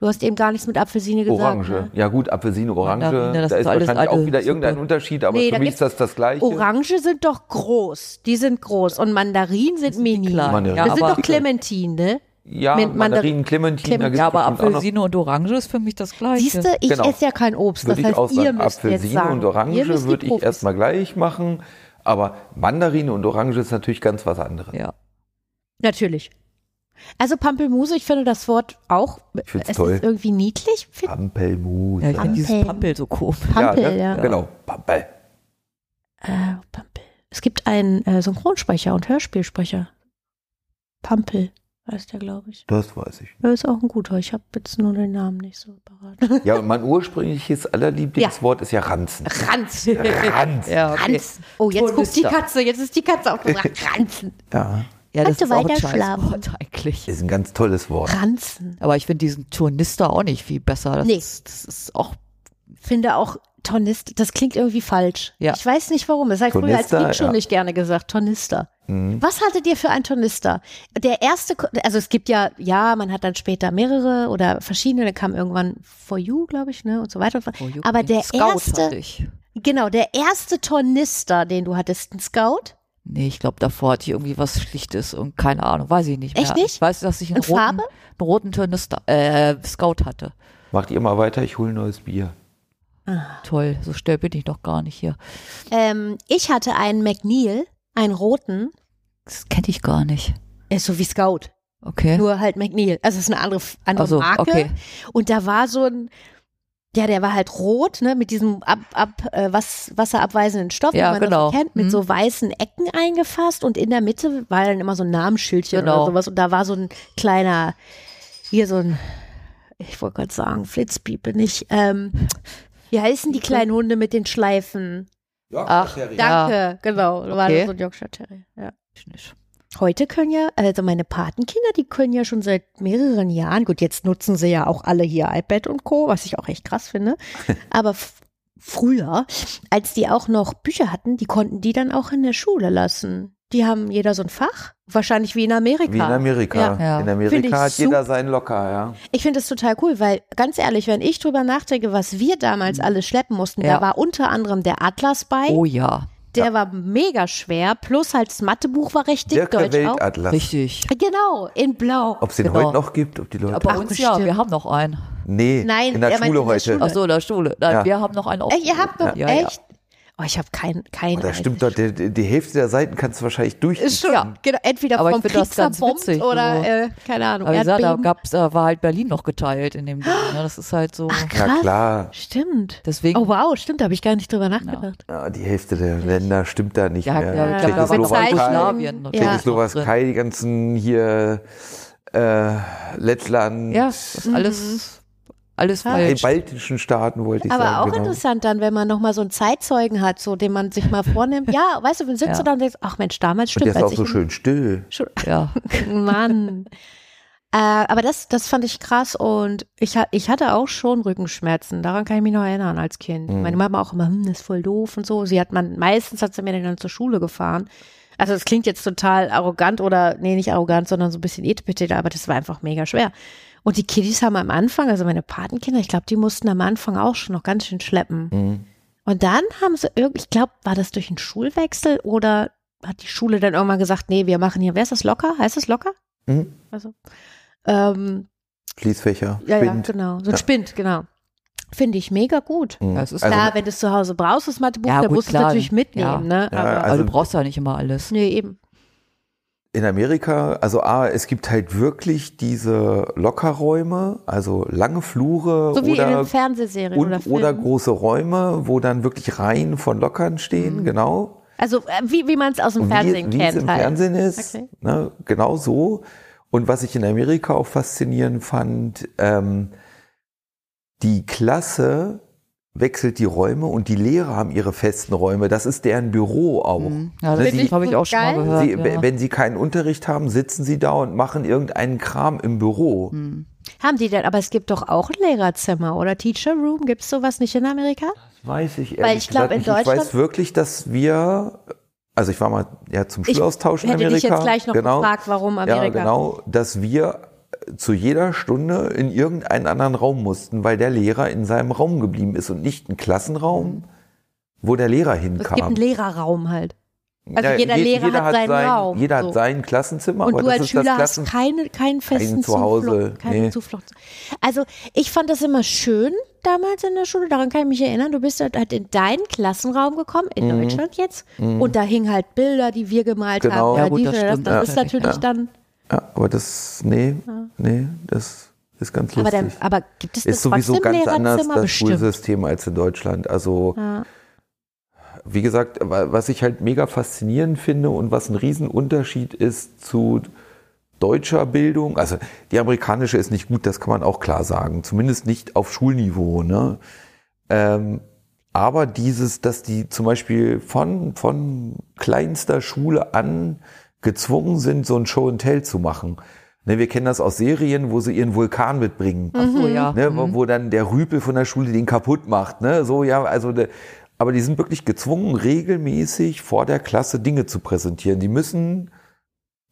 S2: Du hast eben gar nichts mit Apfelsine gesagt.
S3: Orange.
S2: Ne?
S3: Ja gut, Apfelsine, Orange.
S4: Ja,
S3: da
S4: das
S3: ist
S4: ist alles
S3: wahrscheinlich auch
S4: alte
S3: wieder
S4: Suppe.
S3: irgendein Unterschied, aber
S2: Nee,
S3: für
S2: da
S3: mich
S2: gibt's
S3: ist das das Gleiche.
S2: Orange sind doch groß. Die sind groß. Und Mandarinen sind mini.
S4: klein.
S3: Mandarinen.
S4: Ja,
S2: das sind
S4: aber-
S2: doch Clementine, ne?
S3: Ja,
S2: Mit Mandar-
S3: Mandarinen, Clementine. da
S2: Clementine.
S3: gibt's
S4: Ja, aber
S3: bestimmt auch noch-
S4: Apfelsine und Orange ist für mich das Gleiche.
S2: Siehst du, ich
S3: Genau.
S2: esse ja kein Obst.
S3: Würde
S2: das
S3: ich auch
S2: heißt, ihr
S3: sagen,
S2: müsst jetzt
S3: Apfelsine
S2: sagen.
S3: und
S2: Ihr müsst
S3: Orange
S2: die
S3: würde ich
S2: Profis
S3: erstmal gleich machen. Aber Mandarine und Orange ist natürlich ganz was anderes.
S4: Ja.
S2: Natürlich. Also Pampelmuse, ich finde das Wort auch.
S3: Ich find's
S2: es
S3: toll.
S2: ist irgendwie niedlich. Find,
S3: Pampelmuse.
S4: Ja, ich finde dieses
S2: Pampel.
S4: Pampel so komisch.
S2: Pampel, ja.
S3: ne? Genau, Pampel.
S2: Äh,
S3: Ah.
S2: Pampel. Es gibt einen äh, Synchronsprecher und Hörspielsprecher. Pampel heißt der, glaube ich.
S3: Das weiß ich.
S2: Er ist auch ein guter. Ich habe jetzt nur den Namen nicht so parat.
S3: Ja, und mein ursprüngliches allerlieblingswort ist ja Ranzen.
S2: Ranzen.
S3: Ranz.
S4: [LAUGHS] Ja, okay.
S2: Ranzen. Oh, jetzt
S4: Ton
S2: guckt
S4: ist
S2: die
S4: da.
S2: Katze. Jetzt ist die Katze aufgewacht.
S4: [LAUGHS]
S2: Ranzen.
S3: Ja,
S4: ja, das
S2: Kannst du
S4: ist auch ein
S2: weiter
S4: Scheißwort eigentlich.
S3: ist ein ganz tolles Wort.
S2: Ranzen.
S4: Aber ich finde diesen Turnister auch nicht viel besser. Das,
S2: Nee.
S4: ist, das ist auch,
S2: Finde auch Tornist, das klingt irgendwie falsch.
S4: Ja.
S2: Ich weiß nicht warum. Das habe ich früher als
S3: Tornister,
S2: Kind schon
S3: ja.
S2: nicht gerne gesagt. Tornister. Was hattet ihr für einen Tornister? Der erste, Ko- also es gibt ja, ja, man hat dann später mehrere oder verschiedene, dann kam irgendwann For You, glaube ich, ne, und so weiter. Und so.
S4: Oh, Jupp,
S2: Aber
S4: nee.
S2: der
S4: Scout Hatte
S2: erste,
S4: ich.
S2: genau, der erste Tornister, den du hattest, ein Scout?
S4: Nee, ich glaube, davor hatte ich irgendwie was Schlichtes und keine Ahnung, weiß ich nicht mehr.
S2: Echt nicht?
S4: Ich weiß, dass ich einen
S2: Und
S4: roten,
S2: Farbe?
S4: einen roten Turnister, äh, Scout hatte.
S3: Macht ihr mal weiter, ich hole ein neues Bier.
S4: Toll, so schnell bin ich noch gar nicht hier.
S2: Ähm, ich hatte einen McNeil, einen roten,
S4: Das kenne ich gar nicht.
S2: ist so wie Scout.
S4: Okay.
S2: Nur halt McNeil. Also es ist eine andere, andere
S4: Also,
S2: Marke.
S4: okay.
S2: Und da war so ein, ja, der war halt rot, ne, mit diesem ab, ab, äh, was, wasserabweisenden Stoff,
S4: Ja,
S2: den man
S4: genau.
S2: das so kennt, mit
S4: Mhm.
S2: so weißen Ecken eingefasst und in der Mitte war dann immer so ein Namensschildchen
S4: Genau.
S2: oder sowas. Und da war so ein kleiner, hier so ein, ich wollte gerade sagen, Flitzpiepe nicht. Ähm, wie heißen
S4: Mhm.
S2: die kleinen Hunde mit den Schleifen?
S4: Ach,
S2: Danke, genau. Da war
S4: Okay.
S2: so ein Yorkshire Terrier. Ja.
S4: Schnisch.
S2: Heute können ja, also meine Patenkinder, die können ja schon seit mehreren Jahren, gut, jetzt nutzen sie ja auch alle hier iPad und Co., was ich auch echt krass finde. Aber f- früher, als die auch noch Bücher hatten, die konnten die dann auch in der Schule lassen. Die haben jeder so ein Fach, wahrscheinlich wie in Amerika.
S3: Wie in Amerika.
S4: Ja.
S3: In
S2: Finde ich
S3: Amerika hat jeder
S2: super.
S3: seinen Locker, ja.
S2: Ich finde das total cool, weil ganz ehrlich, wenn ich drüber nachdenke, was wir damals alles schleppen mussten,
S4: Ja.
S2: da war unter anderem der Atlas bei,
S4: Oh ja,
S2: der war mega schwer, plus halt das Mathebuch war richtig,
S3: Der
S2: Deutsch auch.
S3: Weltatlas.
S4: richtig.
S2: Genau, in blau.
S3: Ob es den
S4: Genau.
S3: heute noch gibt, ob die Leute.
S4: Bei
S2: Ach,
S4: uns ja,
S2: bestimmt.
S4: wir haben noch einen.
S3: nee,
S2: Nein,
S3: in der
S2: er meint in
S3: Schule
S2: der
S3: heute.
S2: Schule.
S4: Ach so, in der Schule. Nein,
S3: Ja.
S4: wir haben noch einen.
S2: Äh, ihr habt noch
S4: ja,
S2: echt? Oh, ich habe kein, kein
S3: Oh,
S2: einziges.
S3: das stimmt doch, die, die die Hälfte der Seiten kannst du wahrscheinlich durch.
S2: Ist schon,
S4: Ja.
S2: genau, entweder
S4: Aber ich
S2: vom
S4: find
S2: Krieg
S4: das ganz
S2: zerbombt
S4: witzig, nur-
S2: oder, äh, keine Ahnung,
S4: Aber wie gesagt, da
S2: Erdbeben.
S4: gab's, da war halt Berlin noch geteilt in dem Ding. Ne? Das ist halt so.
S3: Na klar,
S2: Stimmt.
S4: Deswegen-
S2: Oh wow, stimmt, da habe ich gar nicht drüber nachgedacht.
S3: ja, die Hälfte der Länder stimmt da nicht
S4: Ja,
S3: mehr.
S4: ja, ich glaube, da war noch
S2: Tschechoslowakei.
S4: Jugoslawien. noch
S2: Ja.
S4: drin.
S3: Tschechoslowakei, die ganzen hier, äh, Lettland,
S4: Ja, das ist
S2: Mhm.
S4: alles, alles
S3: die
S4: falsch.
S3: baltischen Staaten wollte ich
S2: Aber
S3: sagen.
S2: auch
S3: genau.
S2: interessant dann, wenn man nochmal so einen Zeitzeugen hat, so den man sich mal vornimmt. Ja, weißt du, wenn sitzt
S4: Ja.
S2: du da und denkst, ach Mensch, damals
S3: Und
S2: stimmt.
S3: der ist
S2: als
S3: auch so
S2: ich-
S3: schön still.
S2: Schon,
S4: Ja.
S2: Mann. Äh, aber das, das fand ich krass und ich, ha- ich hatte auch schon Rückenschmerzen. Daran kann ich mich noch erinnern als Kind. Meine Mama auch immer, hm, das ist voll doof und so. Sie hat man, meistens hat sie mir dann zur Schule gefahren. Also das klingt jetzt total arrogant oder, nee, nicht arrogant, sondern so ein bisschen etipetete, aber das war einfach mega schwer. Und die Kiddies haben am Anfang, also meine Patenkinder, ich glaube, die mussten am Anfang auch schon noch ganz schön schleppen.
S4: Mhm.
S2: Und dann haben sie irgendwie, ich glaube, war das durch einen Schulwechsel oder hat die Schule dann irgendwann gesagt, nee, wir machen hier, wer ist das locker? Heißt das locker?
S3: Mhm.
S2: Also, ähm,
S3: Schließfächer,
S2: ja,
S3: Spind.
S2: ja, genau. So ein
S3: Ja.
S2: Spind, genau. Finde ich mega gut.
S3: Mhm.
S4: Ja, es ist
S3: also,
S2: klar, wenn du es zu Hause brauchst, das Mathebuch,
S4: Ja,
S2: dann
S4: gut,
S2: musst du es
S4: klar.
S2: natürlich mitnehmen, ne?
S3: Ja,
S2: Aber, Mhm.
S4: Also,
S3: Also-
S4: du brauchst ja nicht immer alles.
S2: nee, eben.
S3: in Amerika, also A, es gibt halt wirklich diese Lockerräume, also lange Flure
S2: So wie in
S3: oder
S2: den Fernsehserien
S3: und,
S2: oder
S3: oder,
S2: Filmen.
S3: große Räume, wo dann wirklich Reihen von Lockern stehen, genau.
S2: also, äh, wie, wie man es aus dem
S3: Und
S2: Fernsehen
S3: wie, wie es
S2: kennt
S3: im
S2: halt.
S3: Fernsehen ist,
S2: Okay.
S3: ne, genau so. Und was ich in Amerika auch faszinierend fand, ähm, die Klasse wechselt die Räume und die Lehrer haben ihre festen Räume. Das ist deren Büro auch.
S4: Mhm. Ja,
S3: Ne,
S4: das
S3: die-
S4: habe ich auch schon mal
S2: Geil.
S4: gehört.
S3: Sie,
S4: ja.
S3: Wenn sie keinen Unterricht haben, sitzen sie da und machen irgendeinen Kram im Büro.
S2: Mhm.
S4: Hm.
S2: Haben die denn, aber es gibt doch auch ein Lehrerzimmer oder Teacher Room, gibt es sowas nicht in Amerika?
S3: Weiß ich ehrlich
S2: Weil ich glaub,
S3: gesagt
S2: in
S3: nicht. Ich
S2: Deutschland-
S3: weiß wirklich, dass wir, also ich war mal ja zum
S2: Ich
S3: Schulaustausch in
S2: hätte
S3: Amerika. Genau.
S2: dich jetzt gleich noch gefragt, warum Amerika.
S3: Ja, genau, dass wir zu jeder Stunde in irgendeinen anderen Raum mussten, weil der Lehrer in seinem Raum geblieben ist und nicht ein Klassenraum, wo der Lehrer
S2: Es
S3: hinkam.
S2: gibt einen Lehrerraum halt. also jeder
S3: je-
S2: Lehrer hat seinen
S3: sein,
S2: Raum,
S3: Jeder
S2: so.
S3: hat sein Klassenzimmer,
S2: Und
S3: aber
S2: du
S3: das
S2: als
S3: ist das
S2: Schüler hast
S3: Klassen
S2: keine, keinen festen
S3: Zuhause,
S2: Zuflucht, keine
S3: nee.
S2: Zuflucht. Also ich fand das immer schön damals in der Schule, daran kann ich mich erinnern. Du bist halt, halt in deinen Klassenraum gekommen, in Deutschland jetzt. Und da hingen halt Bilder, die wir gemalt
S3: Mhm. Genau.
S2: haben.
S3: Ja,
S4: gut,
S2: die,
S4: das
S2: das
S4: stimmt
S2: das ist
S4: natürlich,
S2: natürlich dann.
S3: Ja, aber das, nee, nee, das ist ganz
S2: Aber,
S3: lustig.
S2: dann, aber gibt es
S3: ist
S2: das trotzdem
S3: sowieso ganz anders
S2: Lehrerzimmer
S3: das
S2: bestimmt?
S3: Schulsystem als in Deutschland. Also
S2: Ja.
S3: wie gesagt, wa- was ich halt mega faszinierend finde und was ein Riesenunterschied ist zu deutscher Bildung, also die amerikanische ist nicht gut, das kann man auch klar sagen, zumindest nicht auf Schulniveau. Ne? Ähm, aber dieses, dass die zum Beispiel von, von kleinster Schule an gezwungen sind, so ein Show and Tell zu machen. Ne, wir kennen das aus Serien, wo sie ihren Vulkan mitbringen.
S4: Ach
S2: Mhm.
S4: so, ja.
S3: Ne, wo, wo dann der Rüpel von der Schule den kaputt macht. Ne? So, ja, also, de, aber die sind wirklich gezwungen, regelmäßig vor der Klasse Dinge zu präsentieren. Die müssen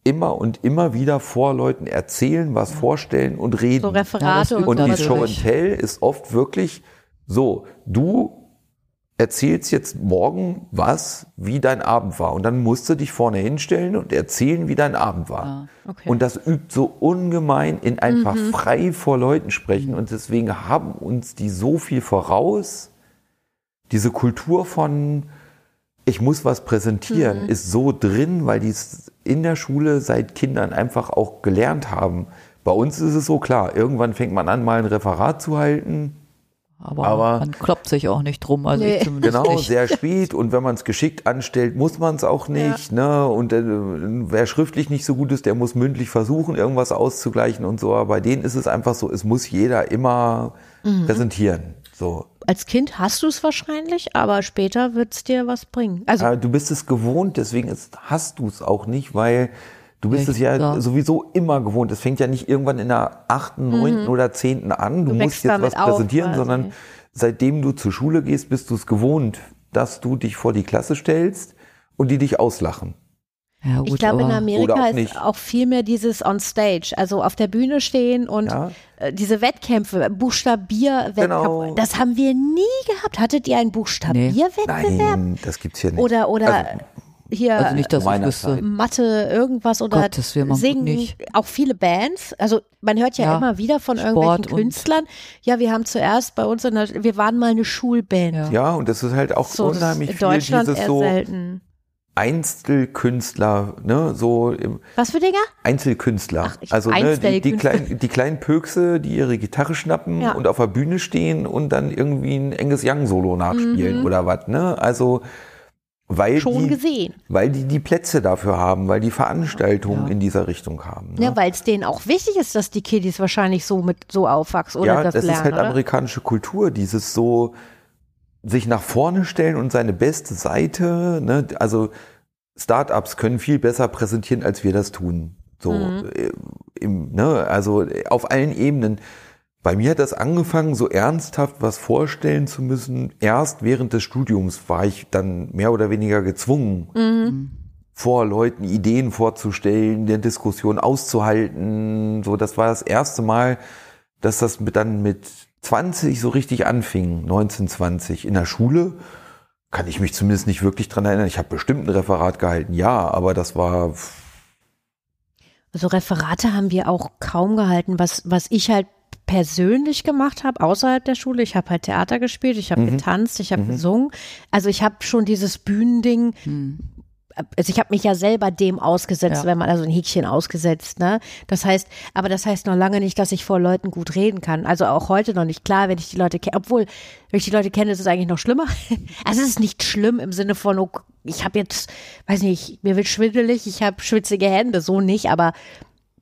S3: immer und immer wieder vor Leuten erzählen, was vorstellen und reden.
S2: So Referate
S4: Ja, das-
S2: und,
S3: und
S2: so
S3: die
S4: natürlich.
S3: Show and Tell ist oft wirklich so, du erzählst jetzt morgen was, wie dein Abend war. Und dann musst du dich vorne hinstellen und erzählen, wie dein Abend war.
S2: okay.
S3: Und das übt so ungemein in einfach frei vor Leuten sprechen. Und deswegen haben uns die so viel voraus. Diese Kultur von, ich muss was präsentieren, ist so drin, weil die es in der Schule seit Kindern einfach auch gelernt haben. Bei uns ist es so klar, irgendwann fängt man an, mal ein Referat zu halten.
S4: Aber,
S3: Aber-
S4: man kloppt sich auch nicht drum. Also
S2: Nee.
S4: ich zumindest
S3: Genau,
S4: [LAUGHS] nicht.
S3: sehr spät. Und wenn man es geschickt anstellt, muss man es auch nicht. Ne? Und äh, wer schriftlich nicht so gut ist, der muss mündlich versuchen, irgendwas auszugleichen und so. Aber bei denen ist es einfach so, es muss jeder immer präsentieren. So.
S2: Als Kind hast du es wahrscheinlich, aber später wird es dir was bringen. Also
S3: Aber du bist es gewohnt, deswegen ist, hast du es auch nicht, weil du bist
S4: Echt,
S3: es ja,
S4: ja.
S3: sowieso immer gewohnt. Es fängt ja nicht irgendwann in der achten, neunten oder zehnten an. Du,
S2: Mhm. Du wächst
S3: musst jetzt was
S2: damit auf,
S3: präsentieren,
S2: quasi.
S3: sondern seitdem du zur Schule gehst, bist du es gewohnt, dass du dich vor die Klasse stellst und die dich auslachen.
S4: Ja,
S2: Ich
S4: gut, oh.
S2: glaube, in
S4: aber-
S2: Amerika
S3: Oder auch
S2: ist
S3: nicht.
S2: auch viel mehr dieses on stage, also auf der Bühne stehen und
S3: Ja.
S2: äh, diese Wettkämpfe, Buchstabierwettkampf,
S3: Genau.
S2: das haben wir nie gehabt. Hattet ihr einen Buchstabierwettbewerb?
S3: Nein, Also, das gibt's hier nicht.
S2: Oder oder hier
S4: Also nicht, dass ich
S3: meiner
S4: wüsste.
S3: Zeit.
S2: Mathe, irgendwas oder
S4: Gottes Willen, man-
S2: singen
S4: nicht.
S2: auch viele Bands. Also man hört ja,
S4: Ja,
S2: immer wieder von
S4: Sport
S2: irgendwelchen
S4: und-
S2: Künstlern, ja, wir haben zuerst bei uns in der, wir waren mal eine Schulband.
S4: Ja.
S3: ja, und das ist halt auch
S2: So, das ist
S3: unheimlich
S2: in
S3: viel
S2: Deutschland
S3: dieses
S2: eher
S3: so
S2: selten.
S3: Einzelkünstler, ne, so im
S2: Was für Dinger?
S3: Einzelkünstler.
S2: ich-
S3: also ne, die, die,
S2: Einzelkünstler.
S3: kleinen, die kleinen Pökse, die ihre Gitarre schnappen
S2: Ja.
S3: und auf der Bühne stehen und dann irgendwie ein enges Young-Solo nachspielen oder was. Ne? Also weil
S2: Mhm. Schon
S3: die,
S2: gesehen.
S3: weil die die Plätze dafür haben, weil die Veranstaltungen in dieser Richtung haben. Ne?
S2: Ja, weil es denen auch wichtig ist, dass die Kiddies wahrscheinlich so mit so aufwachsen oder
S3: ja,
S2: das,
S3: das
S2: lernen.
S3: ist halt
S2: oder?
S3: amerikanische Kultur, dieses so sich nach vorne stellen und seine beste Seite, ne? also Startups können viel besser präsentieren, als wir das tun. So
S2: Mhm.
S3: äh, im, ne? also äh, auf allen Ebenen. Bei mir hat das angefangen, so ernsthaft was vorstellen zu müssen. Erst während des Studiums war ich dann mehr oder weniger gezwungen,
S2: Mhm.
S3: vor Leuten Ideen vorzustellen, eine Diskussion auszuhalten. So, das war das erste Mal, dass das mit, dann mit 20 so richtig anfing, 1920 in der Schule. Kann ich mich zumindest nicht wirklich dran erinnern. Ich habe bestimmt ein Referat gehalten, ja, aber das war
S2: also Referate haben wir auch kaum gehalten, was, was ich halt persönlich gemacht habe, außerhalb der Schule. Ich habe halt Theater gespielt, ich
S3: Mhm.
S2: habe getanzt, ich habe gesungen. Also ich habe schon dieses Bühnending, also ich habe mich ja selber dem ausgesetzt,
S4: Ja.
S2: wenn man, also ein Häkchen ausgesetzt, ne? Das heißt, aber das heißt noch lange nicht, dass ich vor Leuten gut reden kann. Also auch heute noch nicht klar, wenn ich die Leute kenne, obwohl, wenn ich die Leute kenne, ist es eigentlich noch schlimmer. [LAUGHS] Also es ist nicht schlimm im Sinne von, oh, ich habe jetzt, weiß nicht, mir wird schwindelig, ich habe schwitzige Hände, so nicht, aber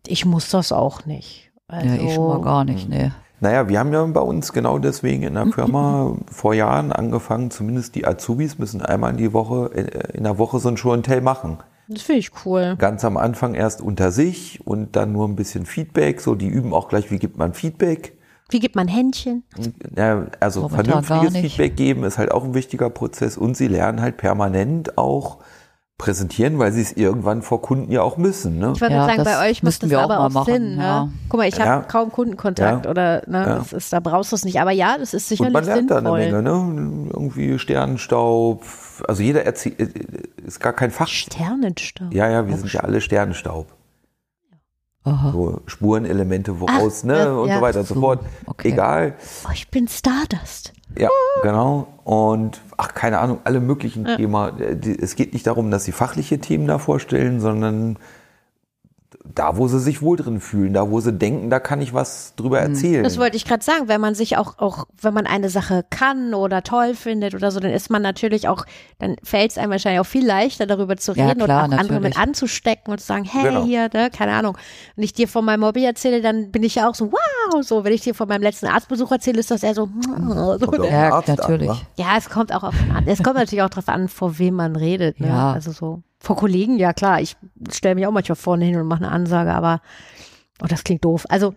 S2: ich muss das auch nicht. Also,
S4: Ja, ich schon mal gar nicht, nee.
S3: Naja, wir haben ja bei uns genau deswegen in der Firma vor Jahren angefangen, zumindest die Azubis müssen einmal in die Woche, äh, in der Woche so ein Show and Tell machen.
S2: Das finde ich cool.
S3: Ganz am Anfang erst unter sich und dann nur ein bisschen Feedback. So, die üben auch gleich, wie gibt man Feedback.
S2: Wie gibt man Händchen?
S3: Ja, also
S4: Momentan gar
S3: vernünftiges
S4: nicht.
S3: Feedback geben ist halt auch ein wichtiger Prozess und sie lernen halt permanent auch präsentieren, weil sie es irgendwann vor Kunden ja auch müssen. Ne?
S2: Ich wollte
S4: Ja,
S2: sagen,
S4: das
S2: bei euch macht
S4: müssten
S2: das
S4: wir auch
S2: aber
S4: mal
S2: auch
S4: machen,
S2: Sinn. Ne?
S4: ja.
S2: Guck mal, ich habe
S3: Ja.
S2: kaum Kundenkontakt
S3: Ja.
S2: oder ne,
S3: Ja.
S2: das ist, da brauchst du es nicht. Aber ja, das ist sicherlich
S3: Und man lernt da
S2: sinnvoll.
S3: eine Menge, ne? Irgendwie Sternenstaub. Also jeder erzählt, äh, ist gar kein Fach.
S2: Sternenstaub.
S3: Ja, ja, wir sind ja alle Sternenstaub.
S4: Aha.
S3: So Spurenelemente, woraus, ne?
S2: ja,
S3: und
S2: ja.
S3: so weiter und so
S4: So,
S3: fort.
S4: okay.
S3: Egal.
S2: Oh, ich bin Stardust.
S3: Ja, genau. Und ach, keine Ahnung, alle möglichen Themen. Äh, die- Es geht nicht darum, dass sie fachliche Themen da vorstellen, sondern da, wo sie sich wohl drin fühlen, da, wo sie denken, da kann ich was drüber erzählen.
S2: Mhm. Das wollte ich gerade sagen, wenn man sich auch, auch, wenn man eine Sache kann oder toll findet oder so, dann ist man natürlich auch, dann fällt es einem wahrscheinlich auch viel leichter, darüber zu
S4: Ja,
S2: reden
S4: klar,
S2: und auch andere mit
S4: natürlich.
S2: anzustecken und zu sagen, hey,
S3: Genau.
S2: hier, ne, keine Ahnung. Wenn ich dir von meinem Hobby erzähle, dann bin ich ja auch so, wow, so. Wenn ich dir von meinem letzten Arztbesuch erzähle, ist das eher so, [LAUGHS] so
S3: Kommt auf den
S4: Ja,
S3: Arzt an,
S4: natürlich.
S3: wa?
S2: Ja, es kommt auch auf an. Es kommt natürlich auch drauf an, vor wem man redet. Ne?
S4: Ja.
S2: Also so vor Kollegen, ja klar. Ich stelle mich auch manchmal vorne hin und mache eine Ansage, aber oh, das klingt doof. Also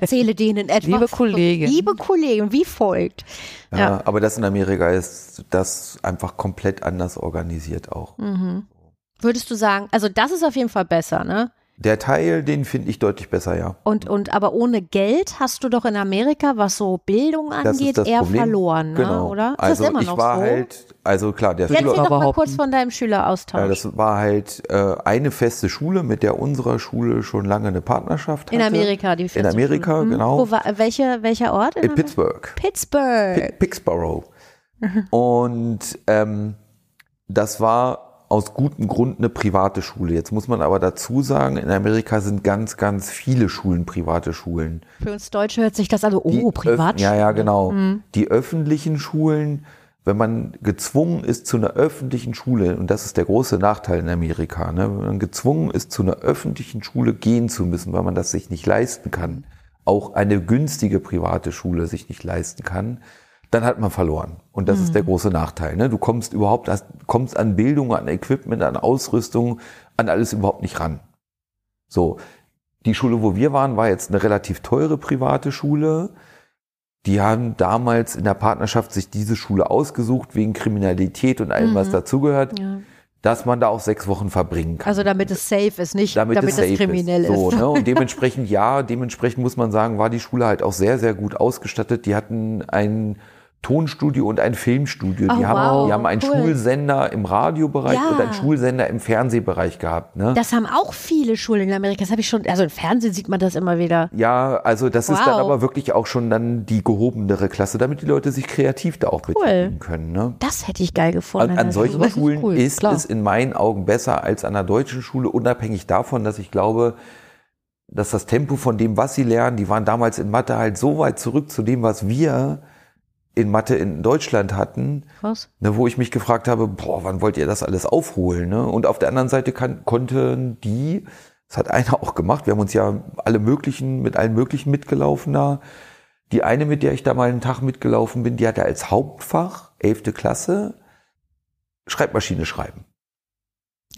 S2: erzähle denen etwas.
S4: Liebe Kollegin.
S2: Liebe Kollegen, wie folgt.
S3: Ja,
S2: Ja.
S3: aber das in Amerika ist das einfach komplett anders organisiert auch.
S2: Mhm. Würdest du sagen, also das ist auf jeden Fall besser, ne?
S3: Der Teil, den finde ich deutlich besser, ja.
S2: Und, und aber ohne Geld hast du doch in Amerika, was so Bildung angeht,
S3: Das ist das
S2: eher
S3: Problem.
S2: verloren, ne?
S3: genau.
S2: oder? Ist
S3: also
S2: das immer
S3: ich
S2: noch
S3: war
S2: so?
S3: halt, also klar, der
S2: Jetzt
S4: Schüler-
S2: erzähl doch mal kurz
S4: überhaupt-
S2: von deinem
S3: Ja,
S2: Schüleraustausch
S3: Äh, das war halt äh, eine feste Schule, mit der unsere Schule schon lange eine Partnerschaft hatte.
S2: in Amerika, die
S3: In
S2: feste
S3: Amerika,
S2: Schule. Mhm.
S3: genau.
S2: Wo war, welche, welcher Ort? In
S3: in
S2: Amerika?
S3: Pittsburgh.
S2: Pittsburgh.
S3: Pi- Pittsburgh. Und ähm, das war aus gutem Grund eine private Schule. Jetzt muss man aber dazu sagen, in Amerika sind ganz, ganz viele Schulen private Schulen.
S2: Für uns Deutsche hört sich das also,
S3: Die
S2: oh,
S3: öff-
S2: privat.
S3: Ja, ja, genau. Die öffentlichen Schulen, wenn man gezwungen ist zu einer öffentlichen Schule, und das ist der große Nachteil in Amerika, ne, wenn man gezwungen ist zu einer öffentlichen Schule gehen zu müssen, weil man das sich nicht leisten kann, auch eine günstige private Schule sich nicht leisten kann, dann hat man verloren. Und das ist der große Nachteil. Ne? Du kommst überhaupt, hast, kommst an Bildung, an Equipment, an Ausrüstung, an alles überhaupt nicht ran. So. Die Schule, wo wir waren, war jetzt eine relativ teure private Schule. Die haben damals in der Partnerschaft sich diese Schule ausgesucht, wegen Kriminalität und allem, was dazugehört,
S2: Mhm. Ja.
S3: dass man da auch sechs Wochen verbringen kann.
S2: Also damit es safe ist, nicht damit, es,
S3: safe
S2: kriminell ist.
S3: So, ne? Und dementsprechend, ja, dementsprechend muss man sagen, war die Schule halt auch sehr, sehr gut ausgestattet. Die hatten ein Tonstudio und ein Filmstudio.
S2: Oh,
S3: die, haben,
S2: wow,
S3: die haben einen
S2: cool.
S3: Schulsender im Radiobereich
S2: Ja.
S3: und einen Schulsender im Fernsehbereich gehabt. Ne?
S2: Das haben auch viele Schulen in Amerika. Das habe ich schon, also im Fernsehen sieht man das immer wieder.
S3: Ja, also das ist dann
S2: Wow.
S3: aber wirklich auch schon dann die gehobenere Klasse, damit die Leute sich kreativ da auch betätigen können. Ne?
S2: Das hätte ich geil gefunden.
S3: An, an
S2: Also,
S3: solchen
S4: sowas Oh, ist
S3: Schulen ist,
S4: cool, klar.
S3: es in meinen Augen besser als an einer deutschen Schule, unabhängig davon, dass ich glaube, dass das Tempo von dem, was sie lernen, die waren damals in Mathe halt so weit zurück zu dem, was wir in Mathe in Deutschland hatten,
S2: was?
S3: ne, wo ich mich gefragt habe, boah, wann wollt ihr das alles aufholen? Ne? Und auf der anderen Seite kann, konnten die, das hat [LAUGHS] einer auch gemacht, wir haben uns ja alle möglichen, mit allen möglichen mitgelaufen da. Die eine, mit der ich da mal einen Tag mitgelaufen bin, die hatte als Hauptfach, 11. Klasse, Schreibmaschine schreiben.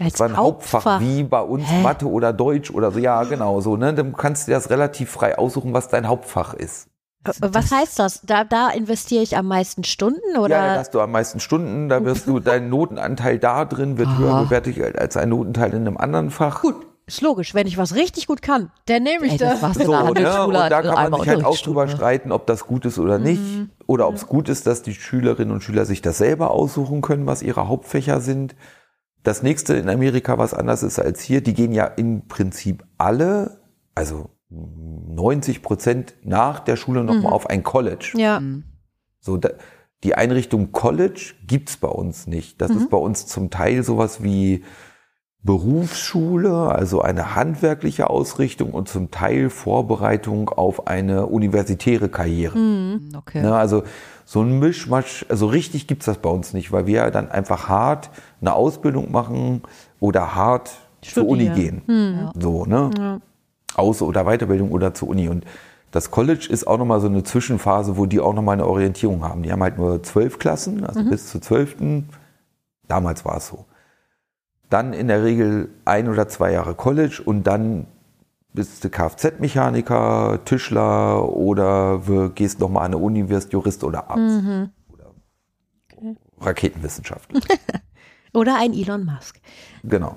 S2: Als
S3: Das war ein Hauptfach,
S2: Hauptfach. Äh,
S3: wie bei uns
S2: Hä?
S3: Mathe oder Deutsch oder so. Ja, genau so. Ne? Dann kannst du dir das relativ frei aussuchen, was dein Hauptfach ist.
S2: Äh, Was heißt das? Da, da investiere ich am meisten Stunden oder?
S3: Ja, da hast du am meisten Stunden, da wirst du, dein Notenanteil da drin wird höher
S4: Aha.
S3: bewertet als ein Notenteil in einem anderen Fach. Gut,
S2: ist logisch, wenn ich was richtig gut kann, dann nehme ich
S4: Ey, das
S2: das.
S4: war's
S3: so,
S4: in der
S3: ne? Und
S4: Handelsschule.
S3: da kann man
S4: einmal
S3: sich halt auch drüber
S4: Unterrichtsstunde.
S3: streiten, ob das gut ist oder nicht. Oder ob es gut ist, dass die Schülerinnen und Schüler sich das selber aussuchen können, was ihre Hauptfächer sind. Das nächste in Amerika, was anders ist als hier, die gehen ja im Prinzip alle, also 90 Prozent nach der Schule nochmal mal auf ein College.
S2: Ja,
S3: So, da, die Einrichtung College gibt's bei uns nicht. Das ist bei uns zum Teil sowas wie Berufsschule, also eine handwerkliche Ausrichtung und zum Teil Vorbereitung auf eine universitäre Karriere.
S4: Mhm, Okay.
S3: Ne, also so ein Mischmasch, also richtig gibt's das bei uns nicht, weil wir dann einfach hart eine Ausbildung machen oder hart zur Uni
S2: Studieren.
S3: gehen. So, ne? Aus- oder Weiterbildung oder zur Uni. Und das College ist auch nochmal so eine Zwischenphase, wo die auch nochmal eine Orientierung haben. Die haben halt nur zwölf Klassen, also bis zur zwölften. Damals war es so. Dann in der Regel ein oder zwei Jahre College und dann bist du Kfz-Mechaniker, Tischler oder wir- gehst nochmal an eine Uni, wirst Jurist oder Arzt. Oder Raketenwissenschaftler.
S2: Oder ein Elon Musk.
S3: Genau.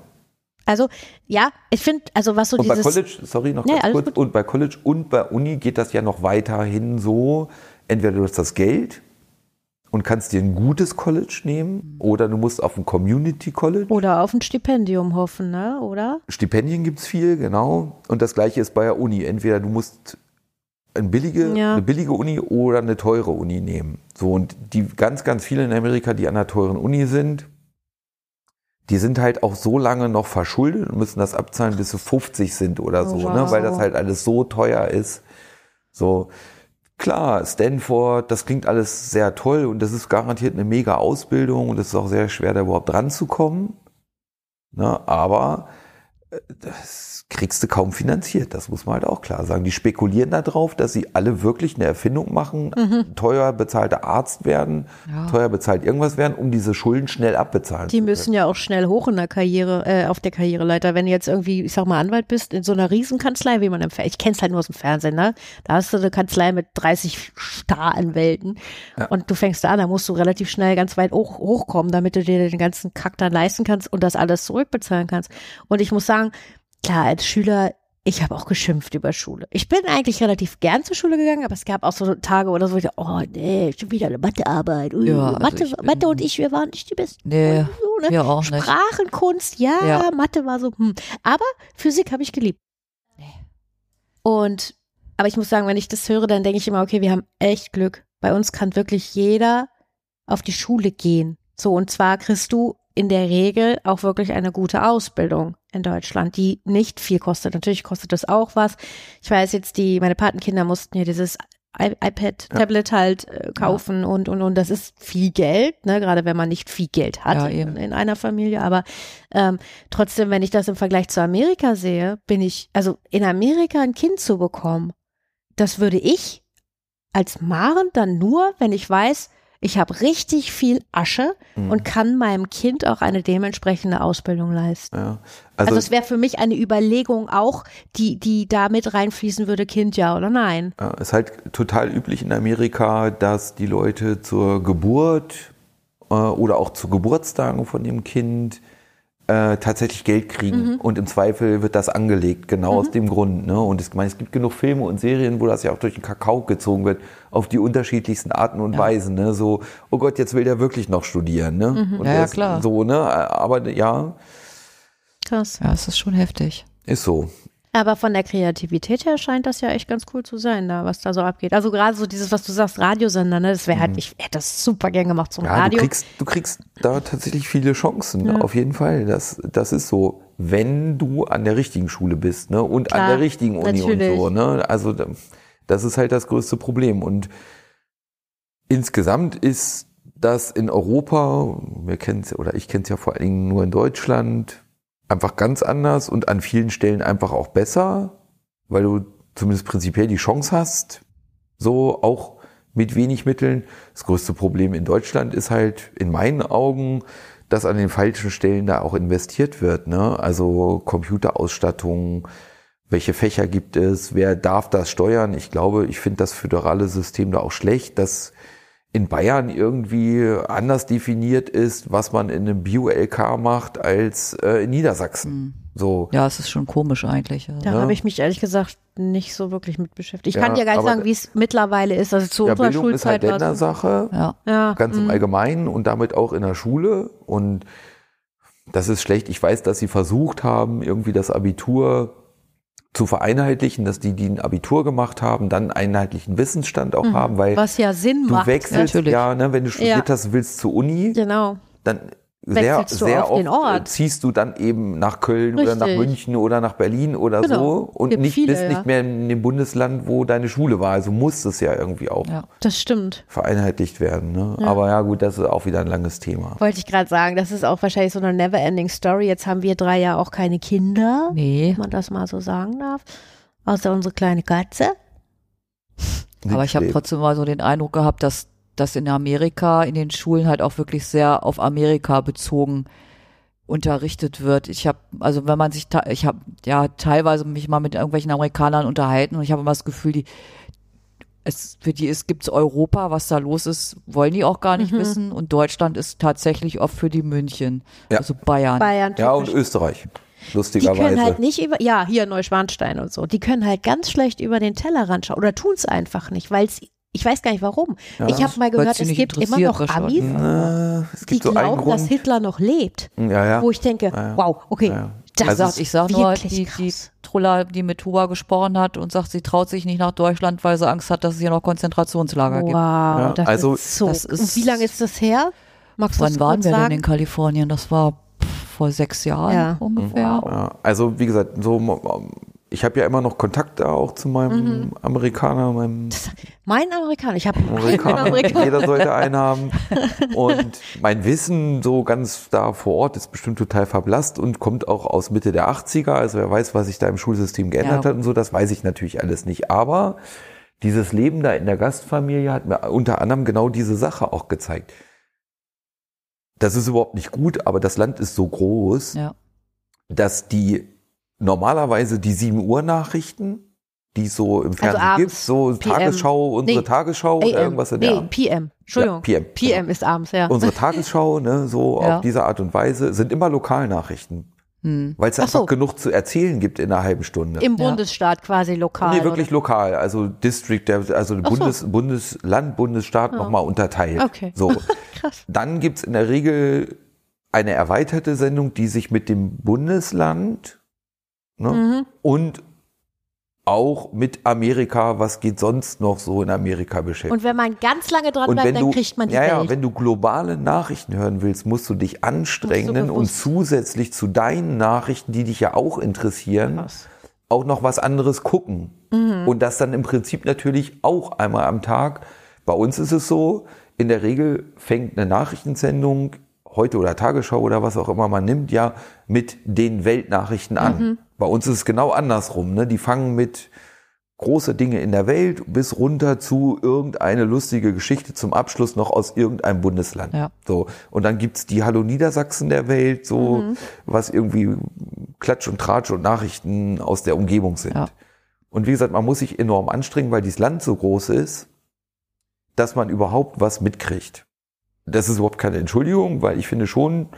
S2: Also, ja, ich finde, also was so
S3: Und bei
S2: dieses.
S3: College, sorry, noch
S2: Nee,
S3: ganz
S2: alles
S3: kurz.
S2: gut.
S3: Und bei College und bei Uni geht das ja noch weiterhin so. Entweder du hast das Geld und kannst dir ein gutes College nehmen oder du musst auf ein Community College.
S2: Oder auf ein Stipendium hoffen, ne? Oder?
S3: Stipendien gibt es viel, genau. Und das gleiche ist bei der Uni. Entweder du musst eine billige,
S2: Ja.
S3: eine billige Uni oder eine teure Uni nehmen. So, und die ganz, ganz viele in Amerika, die an einer teuren Uni sind, die sind halt auch so lange noch verschuldet und müssen das abzahlen, bis sie 50 sind oder
S2: Oh,
S3: so,
S2: wow.
S3: ne? weil das halt alles so teuer ist. So, klar, Stanford, das klingt alles sehr toll und das ist garantiert eine mega Ausbildung und es ist auch sehr schwer, da überhaupt ranzukommen. Ne? Aber äh, das kriegst du kaum finanziert, das muss man halt auch klar sagen. Die spekulieren darauf, dass sie alle wirklich eine Erfindung machen,
S2: Mhm.
S3: teuer bezahlter Arzt werden,
S4: Ja.
S3: teuer bezahlt irgendwas werden, um diese Schulden schnell abbezahlen
S2: Die
S3: zu können.
S2: müssen ja auch schnell hoch in der Karriere, äh, auf der Karriereleiter. Wenn du jetzt irgendwie, ich sag mal, Anwalt bist, in so einer Riesenkanzlei, wie man im Fernsehen, ich kenn's halt nur aus dem Fernsehen, ne? Da hast du eine Kanzlei mit 30 Staranwälten und du fängst da an, da musst du relativ schnell ganz weit hoch, hochkommen, damit du dir den ganzen Kack dann leisten kannst und das alles zurückbezahlen kannst. Und ich muss sagen, klar, als Schüler, ich habe auch geschimpft über Schule. Ich bin eigentlich relativ gern zur Schule gegangen, aber es gab auch so Tage oder so, wo ich dachte, oh nee, schon wieder eine Mathearbeit. Ui,
S4: Ja, also
S2: Mathe,
S4: ich bin-
S2: Mathe und ich, wir waren nicht die Besten.
S4: Nee,
S2: so, ne?
S4: wir auch nicht.
S2: Sprachenkunst, ja,
S4: Ja.
S2: Mathe war so, hm. Aber Physik habe ich geliebt. Und, aber ich muss sagen, wenn ich das höre, dann denke ich immer, okay, wir haben echt Glück. Bei uns kann wirklich jeder auf die Schule gehen. So, und zwar kriegst du in der Regel auch wirklich eine gute Ausbildung in Deutschland, die nicht viel kostet. Natürlich kostet das auch was. Ich weiß jetzt, die, meine Patenkinder mussten ja dieses I- iPad, Tablet halt äh, kaufen und, und, und das ist viel Geld, ne, gerade wenn man nicht viel Geld hat
S4: Ja,
S2: in,
S4: eben.
S2: in einer Familie, aber ähm, trotzdem, wenn ich das im Vergleich zu Amerika sehe, bin ich, also in Amerika ein Kind zu bekommen, das würde ich als Maren dann nur, wenn ich weiß, ich habe richtig viel Asche und kann meinem Kind auch eine dementsprechende Ausbildung leisten.
S3: Ja.
S2: Also,
S3: Also,
S2: es wäre für mich eine Überlegung auch, die, die da mit reinfließen würde, Kind ja oder nein.
S3: ja, es ist halt total üblich in Amerika, dass die Leute zur Geburt äh, oder auch zu Geburtstagen von dem Kind äh, tatsächlich Geld kriegen.
S4: Mhm.
S3: Und im Zweifel wird das angelegt, genau aus dem Grund. Ne? Und es, ich meine, es gibt genug Filme und Serien, wo das ja auch durch den Kakao gezogen wird, auf die unterschiedlichsten Arten und Weisen. Ne? So, oh Gott, jetzt will der wirklich noch studieren. Ne? Und
S4: Mhm. Ja, ja,
S3: das-
S4: klar.
S3: So, ne? Aber ja,
S2: Krass.
S4: Ja, es ist schon heftig.
S3: ist so.
S2: Aber von der Kreativität her scheint das ja echt ganz cool zu sein, da, was da so abgeht. Also gerade so dieses, was du sagst, Radiosender, ne? Das wäre halt, ich hätte das super gern gemacht zum
S3: Mhm. Ja, du
S2: Radio.
S3: kriegst, du kriegst da tatsächlich viele Chancen, auf jeden Fall. Das, das ist so, wenn du an der richtigen Schule bist ne? und an
S2: Klar,
S3: der richtigen Uni und
S2: natürlich.
S3: so. Ne? Also da- das ist halt das größte Problem. Und insgesamt ist das in Europa, wir kennen es oder ich kenne es ja vor allen Dingen nur in Deutschland, einfach ganz anders und an vielen Stellen einfach auch besser, weil du zumindest prinzipiell die Chance hast, so auch mit wenig Mitteln. Das größte Problem in Deutschland ist halt in meinen Augen, dass an den falschen Stellen da auch investiert wird. Ne? Also Computerausstattung, welche Fächer gibt es, wer darf das steuern? Ich glaube, ich finde das föderale System da auch schlecht, dass in Bayern irgendwie anders definiert ist, was man in einem Bio-LK macht als äh, in Niedersachsen.
S2: Mhm.
S3: So.
S4: Ja, es ist schon komisch eigentlich. Also.
S2: Da
S3: Ja.
S2: habe ich mich ehrlich gesagt nicht so wirklich mit beschäftigt. Ich
S3: Ja,
S2: kann dir gar nicht
S3: aber-
S2: sagen, wie es mittlerweile ist. Also zu
S3: Ja,
S2: unserer
S3: Bildung ist halt
S2: Schulzeit war es.
S3: Ländersache.
S4: Ja.
S2: Ja,
S3: ganz im Allgemeinen und damit auch in der Schule. Und das ist schlecht. Ich weiß, dass sie versucht haben, irgendwie das Abitur zu vereinheitlichen, dass die, die ein Abitur gemacht haben, dann einen einheitlichen Wissensstand auch haben, weil
S2: Mhm. was ja Sinn
S3: du
S2: macht.
S3: wechselst,
S4: Natürlich.
S3: ja, ne, wenn du studiert
S2: Ja.
S3: hast, willst zur Uni,
S2: Genau.
S3: dann sehr,
S2: Wechselst du
S3: sehr
S2: auf
S3: oft
S2: den
S3: äh,
S2: Ort.
S3: ziehst du dann eben nach Köln oder nach
S2: Richtig.
S3: München oder nach Berlin oder
S2: Genau.
S3: so und
S2: Gibt
S3: nicht,
S2: viele,
S3: bist
S2: ja.
S3: nicht mehr in dem Bundesland, wo deine Schule war. Also muss es ja irgendwie auch
S4: Ja.
S2: Das stimmt.
S3: vereinheitlicht werden. Ne? Aber ja gut, das ist auch wieder ein langes Thema.
S2: Wollte ich gerade sagen, das ist auch wahrscheinlich so eine never-ending Story. Jetzt haben wir drei ja auch keine Kinder,
S4: Nee,
S2: wenn man das mal so sagen darf. Außer unsere kleine Katze.
S4: aber ich habe
S3: Lebt.
S4: trotzdem mal so den Eindruck gehabt, dass dass in Amerika in den Schulen halt auch wirklich sehr auf Amerika bezogen unterrichtet wird. Ich habe also wenn man sich te- ich habe ja teilweise mich mal mit irgendwelchen Amerikanern unterhalten und ich habe immer das Gefühl, die es, für die ist, gibt's Europa, was da los ist, wollen die auch gar nicht wissen. Und Deutschland ist tatsächlich oft für die München,
S3: Ja.
S4: also Bayern.
S2: Bayern.
S3: Ja, und
S2: typisch.
S3: Österreich.
S2: Die können
S3: Lustigerweise.
S2: halt nicht über, ja, hier Neuschwanstein und so, die können halt ganz schlecht über den Tellerrand schauen oder tun's einfach nicht, weil ich weiß gar nicht warum. ich habe mal gehört,
S4: weil's sie
S2: es
S4: nicht
S2: gibt immer
S4: interessiert,
S2: noch Amis,
S4: wahrscheinlich.
S3: Na, Ne, es
S2: die
S3: gibt so einen
S2: glauben, dass
S3: Grund.
S2: Hitler noch lebt.
S3: Ja, ja.
S2: Wo ich denke,
S3: ja.
S2: wow, okay,
S3: Ja, ja.
S2: das
S3: Also
S4: sagt,
S2: ist
S4: ich sag nur,
S2: wirklich
S4: die, die
S2: krass.
S4: Trulla, die mit Huber gesprochen hat und sagt, sie traut sich nicht nach Deutschland, weil sie Angst hat, dass es hier noch Konzentrationslager
S2: Wow,
S4: gibt.
S2: das
S3: also-
S2: ist so.
S4: Das ist-
S2: und wie lange ist das her? Magst du
S4: Wann
S2: das
S4: waren
S2: kurz
S4: wir
S2: sagen?
S4: denn in Kalifornien? Das war pff, vor sechs Jahren
S2: Ja.
S4: ungefähr.
S3: Ja, also wie gesagt, so ähm, ich habe ja immer noch Kontakt da auch zu meinem
S2: Mhm.
S3: Amerikaner, meinem
S2: Mein Amerikaner, ich habe einen
S3: Amerikaner.
S2: Amerikaner.
S3: Jeder sollte einen haben. Und mein Wissen so ganz da vor Ort ist bestimmt total verblasst und kommt auch aus Mitte der 80er. Also wer weiß, was sich da im Schulsystem geändert
S4: Ja.
S3: hat und so, das weiß ich natürlich alles nicht. Aber dieses Leben da in der Gastfamilie hat mir unter anderem genau diese Sache auch gezeigt. Das ist überhaupt nicht gut, aber das Land ist so groß,
S4: Ja.
S3: dass die normalerweise die 7 Uhr Nachrichten, die es so im Fernsehen gibt,
S2: Also abends,
S3: so
S2: PM.
S3: Tagesschau, unsere
S2: Nee,
S3: Tagesschau oder
S2: AM.
S3: irgendwas in der
S2: ähm, nee,
S3: Art.
S2: PM. Entschuldigung.
S3: Ja, PM,
S2: PM ist abends, ja.
S3: Unsere Tagesschau,
S2: [LAUGHS]
S3: ne, so
S4: Ja.
S3: auf diese Art und Weise, sind immer Lokalnachrichten,
S4: Hm.
S3: weil es
S2: Ach
S3: einfach
S2: so.
S3: genug zu erzählen gibt in einer halben Stunde.
S2: Im Bundesstaat quasi lokal.
S3: nee, wirklich lokal, also District, der- also Bundes, Bundesland, Bundesstaat nochmal unterteilt.
S2: Okay. [LAUGHS]
S3: So.
S2: Krass.
S3: Dann gibt's in der Regel eine erweiterte Sendung, die sich mit dem Bundesland ne,
S2: Mhm.
S3: und auch mit Amerika, was geht sonst noch so in Amerika beschäftigt.
S2: Und wenn man ganz lange dran
S3: Und
S2: bleibt,
S3: wenn
S2: dann
S3: du,
S2: kriegt man die
S3: ja, ja,
S2: Welt.
S3: wenn du globale Nachrichten hören willst, musst du dich anstrengen und
S2: bewusst-
S3: zusätzlich zu deinen Nachrichten, die dich ja auch interessieren,
S2: Krass. Mhm.
S3: auch noch was anderes gucken. Und das dann im Prinzip natürlich auch einmal am Tag. Bei uns ist es so, in der Regel fängt eine Nachrichtensendung, heute oder Tagesschau oder was auch immer man nimmt, ja mit den Weltnachrichten an.
S2: Mhm.
S3: Bei uns ist es genau andersrum. Ne? Die fangen mit große Dinge in der Welt bis runter zu irgendeine lustige Geschichte zum Abschluss noch aus irgendeinem Bundesland.
S4: Ja.
S3: So. Und dann gibt's die Hallo Niedersachsen der Welt, so
S4: Mhm.
S3: was irgendwie Klatsch und Tratsch und Nachrichten aus der Umgebung sind.
S4: Ja.
S3: Und wie gesagt, man muss sich enorm anstrengen, weil dieses Land so groß ist, dass man überhaupt was mitkriegt. Das ist überhaupt keine Entschuldigung, weil ich finde schon,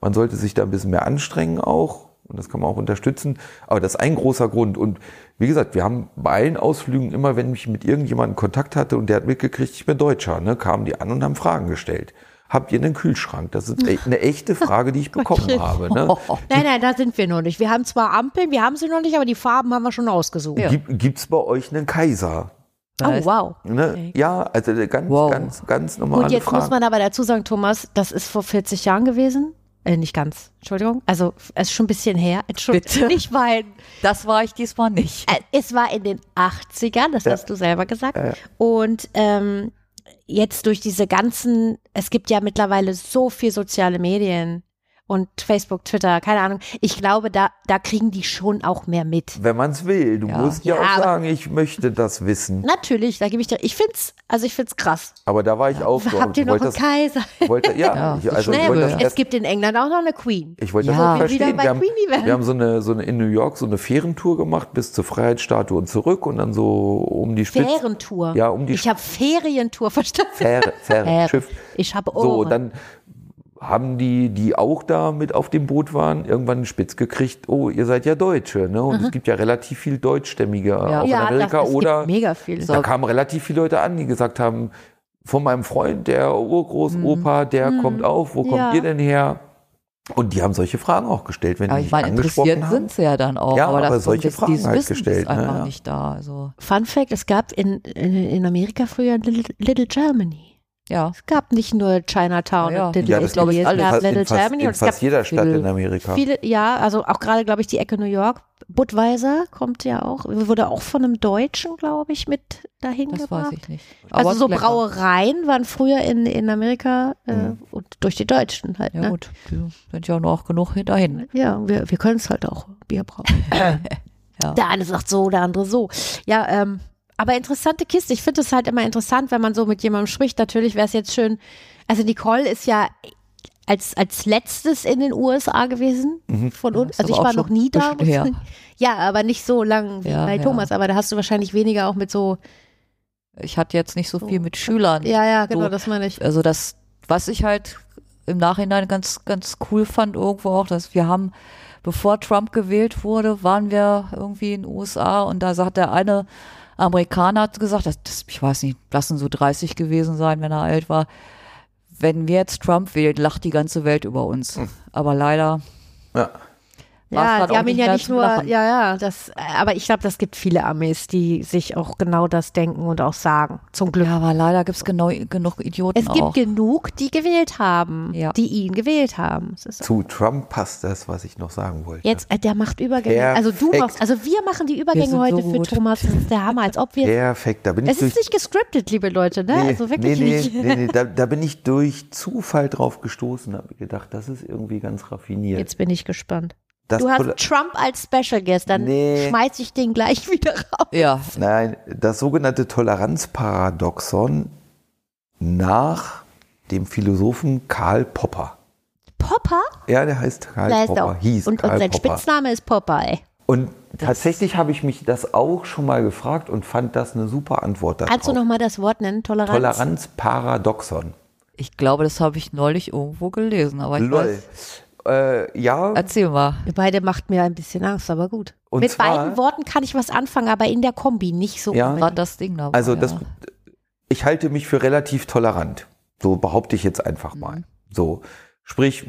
S3: man sollte sich da ein bisschen mehr anstrengen auch. Und das kann man auch unterstützen. Aber das ist ein großer Grund. Und wie gesagt, wir haben bei allen Ausflügen immer, wenn ich mit irgendjemandem Kontakt hatte und der hat mitgekriegt, ich bin Deutscher, ne, kamen die an und haben Fragen gestellt. Habt ihr einen Kühlschrank? Das ist
S2: [LAUGHS]
S3: e- eine echte Frage, die ich bekommen
S2: Gottchen.
S3: habe. Ne?
S2: Nein, nein, da sind wir noch nicht. Wir haben zwar Ampeln, wir haben sie noch nicht, aber die Farben haben wir schon ausgesucht.
S3: Gibt, gibt's bei euch einen Kaiser?
S2: Oh, wow.
S3: Ne? Ja, also ganz,
S4: Wow.
S3: ganz, ganz normale
S2: Und jetzt
S3: Fragen.
S2: muss man aber dazu sagen, Thomas, das ist vor 40 Jahren gewesen. Äh, nicht ganz, Entschuldigung. Also, es ist schon ein bisschen her. Entschuldigung. [LAUGHS]
S4: Bitte.
S2: Nicht weinen.
S4: Das war ich diesmal nicht.
S2: Äh, Es war in den 80ern, das hast du selber gesagt. Und ähm, jetzt durch diese ganzen, es gibt ja mittlerweile so viel soziale Medien und Facebook, Twitter, keine Ahnung. Ich glaube, da, da kriegen die schon auch mehr mit.
S3: Wenn man es will. Du musst ja,
S2: Ja,
S3: auch
S2: aber-
S3: sagen, ich möchte das wissen.
S2: Natürlich, da gebe ich dir, ich find's, also ich find's krass.
S3: Aber da war ich auch so.
S2: Habt ihr
S3: Ich
S2: noch
S3: wollte
S2: einen
S3: das,
S2: Kaiser?
S3: wollte,
S2: [LAUGHS]
S3: ja,
S4: Ja,
S3: ich, also, ich
S2: Naja,
S3: wollte
S4: Schnäbel.
S3: das
S2: es
S3: erst,
S2: gibt in England auch noch eine Queen.
S3: ich wollte
S4: Ja.
S3: das nicht
S4: Wie
S2: wieder
S3: verstehen.
S2: bei
S3: Wir haben,
S2: Queenie werden.
S3: wir haben so eine, so eine, in New York so eine Fährentour gemacht bis zur Freiheitsstatue und zurück und dann so um die Spitze.
S2: Fährentour.
S3: Ja, um die
S2: ich habe Ferientour [LAUGHS] verstanden.
S3: Fähre, Fähre,
S2: Fähre.
S3: Schiff.
S2: Ich habe Ohren.
S3: So, dann haben die, die auch da mit auf dem Boot waren, irgendwann spitz gekriegt, oh, ihr seid ja Deutsche, ne? Und es gibt ja relativ viel Deutschstämmige auch
S2: ja,
S3: in Amerika
S2: das, es
S3: oder
S2: gibt mega viele.
S3: Da kamen relativ viele Leute an, die gesagt haben, von meinem Freund, der Urgroßopa, der kommt auf, wo
S2: Ja.
S3: kommt ihr denn her? Und die haben solche Fragen auch gestellt, wenn
S4: Ja,
S3: die
S4: ich
S3: mich
S4: meine,
S3: angesprochen
S4: interessiert
S3: haben.
S4: sind sie ja dann auch.
S3: Ja,
S4: aber,
S3: aber
S4: das
S3: solche
S4: dieses-
S3: Fragen
S4: dieses
S3: halt
S4: Wissen
S3: gestellt,
S4: ist
S3: ne,
S4: einfach
S3: ja.
S4: nicht da. Also,
S2: Fun Fact, es gab in, äh, in, in Amerika früher Little, Little Germany.
S4: ja.
S2: Es gab nicht nur Chinatown
S4: Ja, ja.
S2: und Little
S3: Ja,
S2: Italy,
S3: das glaube ich
S2: es
S3: alles.
S2: gab
S3: Fast,
S2: Little
S3: in fast,
S2: Germany
S3: in
S2: und es gab
S3: fast jeder Stadt in Amerika.
S2: viele, ja, also auch gerade, glaube ich, die Ecke New York. Budweiser kommt ja auch, wurde auch von einem Deutschen, glaube ich, mit dahin
S4: Das
S2: gebracht.
S4: weiß ich nicht.
S2: Also
S4: Aber
S2: so
S4: lecker. Mhm.
S2: Brauereien waren früher in, in Amerika äh, und durch die Deutschen halt.
S4: Ja
S2: ne?
S4: gut, die sind ja noch genug dahin.
S2: Ja, wir, wir können es halt auch, Bier [LAUGHS] brauchen. Der eine sagt so, der andere so. Ja, ähm, aber interessante Kiste. Ich finde es halt immer interessant, wenn man so mit jemandem spricht. Natürlich wäre es jetzt schön. Also Nicole ist ja als, als letztes in den USA gewesen von uns.
S4: Mhm. ist
S2: Also ich
S4: aber auch
S2: war noch
S4: schon
S2: nie da.
S4: ein bisschen her.
S2: [LAUGHS] Ja, aber nicht so lang wie
S4: Ja,
S2: bei
S4: ja.
S2: Thomas. Aber da hast du wahrscheinlich weniger auch mit so
S4: Ich hatte jetzt nicht so viel mit Schülern.
S5: Ja, ja, genau,
S4: So.
S5: das meine ich.
S4: Also das, was ich halt im Nachhinein ganz, ganz cool fand irgendwo auch, dass wir haben, bevor Trump gewählt wurde, waren wir irgendwie in den USA und da hat der eine Amerikaner hat gesagt, das, das, ich weiß nicht, lassen so 30 gewesen sein, wenn er alt war. Wenn wir jetzt Trump wählen, lacht die ganze Welt über uns.
S3: Hm.
S4: Aber leider
S3: Ja.
S4: war's
S5: Ja,
S4: halt
S5: die
S4: auch
S5: haben ihn ja
S4: mehr
S5: nicht
S4: zum
S5: nur,
S4: Lachen.
S5: ja, ja, das, aber ich glaube, das gibt viele Armees, die sich auch genau das denken und auch sagen. Zum Glück.
S4: Ja, aber leider gibt's genau, genug Idioten
S5: es gibt
S4: auch.
S5: genug, die gewählt haben,
S4: Ja.
S5: die ihn gewählt haben. Es ist
S3: Zu Trump passt das, was ich noch sagen wollte.
S5: Jetzt, äh, der macht Übergänge.
S3: Perfekt.
S5: Also du machst, also wir machen die
S4: Wir
S5: Übergänge
S4: sind
S5: heute
S4: so
S5: für
S4: gut.
S5: Thomas. Das ist der Hammer, als ob wir.
S3: Perfekt, da bin ich
S5: es
S3: durch.
S5: ist nicht gescriptet, liebe Leute, ne? also wirklich
S3: nee,
S5: nicht.
S3: nee, nee, nee, da, da bin ich durch Zufall drauf gestoßen, habe gedacht, das ist irgendwie ganz raffiniert.
S2: Jetzt bin ich gespannt.
S3: das
S2: Du hast
S3: Pol-
S2: Trump als Special Guest, dann
S3: Nee.
S2: schmeiß ich den
S5: [LAUGHS]
S2: gleich wieder raus.
S4: Ja,
S3: Nein, das sogenannte Toleranzparadoxon nach dem Philosophen Karl Popper.
S2: Popper?
S3: Ja, der heißt Karl
S2: Da ist er
S3: Popper,
S2: auch.
S3: hieß
S2: Und, und
S3: Karl
S2: sein
S3: Popper.
S2: Spitzname ist Popper, ey.
S3: Und tatsächlich habe ich mich das auch schon mal gefragt und fand das eine super Antwort darauf.
S2: Kannst du nochmal das Wort nennen? Toleranz?
S3: Toleranzparadoxon.
S4: ich glaube, das habe ich neulich irgendwo gelesen, aber ich
S3: Lol.
S4: weiß.
S3: Äh, ja,
S4: Erzähl mal.
S5: Ihr beide macht mir ein bisschen Angst, aber gut.
S3: und
S2: Mit
S3: zwar,
S2: beiden Worten kann ich was anfangen, aber in der Kombi nicht so.
S3: Ja.
S4: Gerade das Ding da.
S3: Also
S4: war,
S3: das,
S4: ja.
S3: ich halte mich für relativ tolerant. So behaupte ich jetzt einfach
S5: Mhm.
S3: mal. So. Sprich,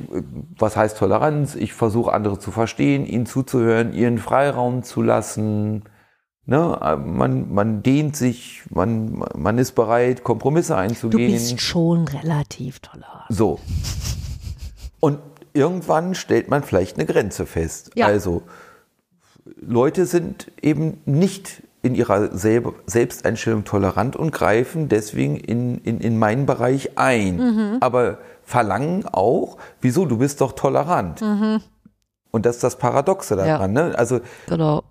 S3: was heißt Toleranz? Ich versuche andere zu verstehen, ihnen zuzuhören, ihren Freiraum zu lassen. Ne? Man, man dehnt sich, man, man ist bereit, Kompromisse
S5: Du
S3: einzugehen.
S5: bist schon relativ tolerant.
S3: So. Und irgendwann stellt man vielleicht eine Grenze fest.
S5: Ja.
S3: Also, Leute sind eben nicht in ihrer selb Selbsteinstellung tolerant und greifen deswegen in, in, in meinen Bereich ein. Aber verlangen auch, wieso, du bist doch tolerant. Und das ist das Paradoxe daran. Ne? Also,
S4: Genau.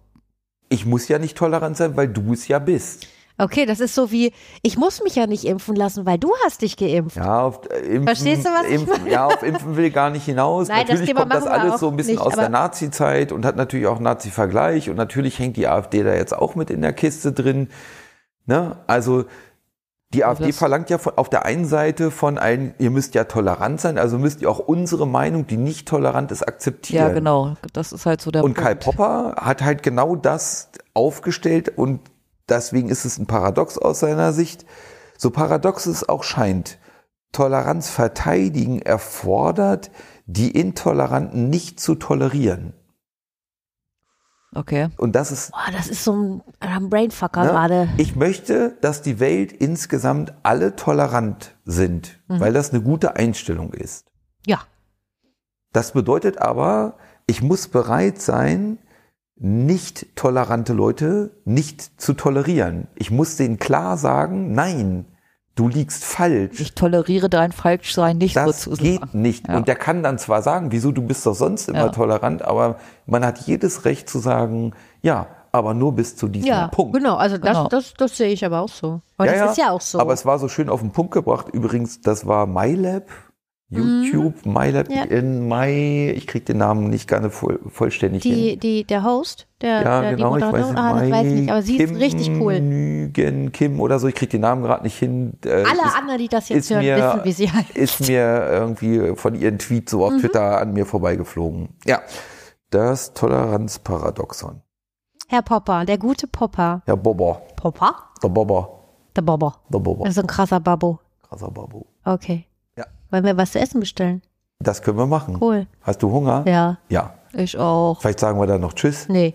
S3: ich muss ja nicht tolerant sein, weil du es ja bist.
S5: Okay, das ist so wie, ich muss mich ja nicht impfen lassen, weil du hast dich geimpft.
S3: Ja, auf äh, Impfen,
S5: Verstehst du, was ich
S3: Impfen, Ja, auf Impfen will gar nicht
S5: [LAUGHS]
S3: hinaus.
S5: Nein, das
S3: natürlich
S5: Thema
S3: kommt das
S5: machen wir
S3: alles
S5: auch
S3: so ein bisschen
S5: nicht,
S3: aus
S5: aber-
S3: der Nazi-Zeit und hat natürlich auch Nazi-Vergleich und natürlich hängt die AfD da jetzt auch mit in der Kiste drin. Ne? Also die AfD
S4: das-
S3: verlangt ja von, auf der einen Seite von allen, ihr müsst ja tolerant sein, also müsst ihr auch unsere Meinung, die nicht tolerant ist, akzeptieren.
S4: Ja, genau. Das ist halt so der
S3: Und
S4: Punkt.
S3: Karl Popper hat halt genau das aufgestellt und deswegen ist es ein Paradox aus seiner Sicht. So paradox es auch scheint, Toleranz verteidigen erfordert, die Intoleranten nicht zu tolerieren.
S4: Okay.
S3: Und das ist,
S5: Boah, das ist so ein, ein Brainfucker
S3: ne?
S5: gerade.
S3: ich möchte, dass die Welt insgesamt alle tolerant sind, weil das eine gute Einstellung ist.
S5: Mhm. Ja.
S3: Das bedeutet aber, ich muss bereit sein, nicht tolerante Leute nicht zu tolerieren. Ich muss denen klar sagen, nein, du liegst falsch.
S4: Ich toleriere dein Falschsein nicht
S3: Das
S4: sozusagen.
S3: geht nicht.
S4: Ja.
S3: Und der kann dann zwar sagen, wieso du bist doch sonst immer
S4: Ja.
S3: tolerant, aber man hat jedes Recht zu sagen, ja, aber nur bis zu diesem
S5: Ja,
S3: Punkt.
S5: genau. Also das,
S4: Genau.
S5: Das, das sehe ich aber auch so.
S2: Oh,
S5: Und das ist ja auch so.
S3: Aber es war so schön auf den Punkt gebracht. Übrigens, das war MyLab, YouTube, MyLab
S2: Mhm. Ja.
S3: in Mai. Ich krieg den Namen nicht gerne voll, vollständig hin.
S2: Die, die, der Host, der,
S3: Ja,
S2: der
S3: genau,
S2: die
S3: ich weiß
S2: Moderatorin,
S3: nicht.
S2: ah, das weiß ich nicht, aber sie
S3: Kim,
S2: ist richtig cool.
S3: Nügen, Kim oder so, ich krieg den Namen gerade nicht hin. Äh,
S2: Alle
S3: ist,
S2: anderen, die das
S3: ist
S2: jetzt hören,
S3: mir-
S2: wissen, wie sie heißt.
S3: ist mir irgendwie von ihren Tweets so auf
S2: Mhm.
S3: Twitter an mir vorbeigeflogen. Ja, das Toleranzparadoxon.
S2: Herr Popper, der gute Popper.
S3: Ja, Bobo,
S5: Papa?
S3: der Bobo,
S5: Der Bobo.
S3: der Bobo.
S5: Das ist ein krasser Babbo.
S3: Krasser Babo.
S2: Okay.
S3: Ja.
S2: Wollen wir was zu essen bestellen?
S3: Das können wir machen.
S2: Cool.
S3: Hast du Hunger?
S2: Ja.
S3: ja.
S4: Ich auch.
S3: Vielleicht sagen wir dann noch Tschüss.
S2: Nee.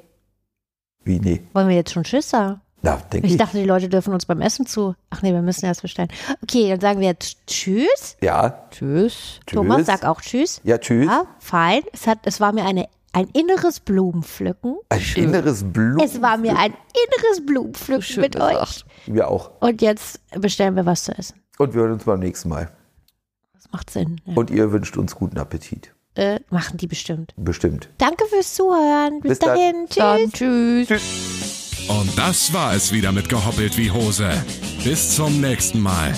S3: Wie, nee.
S2: Wollen wir jetzt schon Tschüss sagen?
S3: Na, denke ich.
S2: Ich dachte, die Leute dürfen uns beim Essen zu. Ach nee, wir müssen erst bestellen. Okay, dann sagen wir jetzt Tschüss.
S3: Ja,
S4: Tschüss.
S3: tschüss.
S2: Thomas, sag auch Tschüss.
S3: Ja, tschüss.
S2: Ja, fein. Es, hat, es war mir eine, ein inneres Blumenpflücken.
S3: Ein inneres Blumen.
S2: Es war mir ein inneres Blumenpflücken
S4: Schön
S2: mit euch.
S4: gesagt.
S3: Wir auch.
S2: Und jetzt bestellen wir was zu essen.
S3: Und wir hören uns beim nächsten Mal.
S2: Das macht Sinn. Ja.
S3: Und ihr wünscht uns guten Appetit.
S2: Äh, machen die bestimmt.
S3: Bestimmt.
S2: Danke fürs Zuhören. Bis,
S3: Bis dann.
S2: dahin. Tschüss.
S4: Dann tschüss.
S1: Und das war es wieder mit Gehoppelt wie Hose. Bis zum nächsten Mal.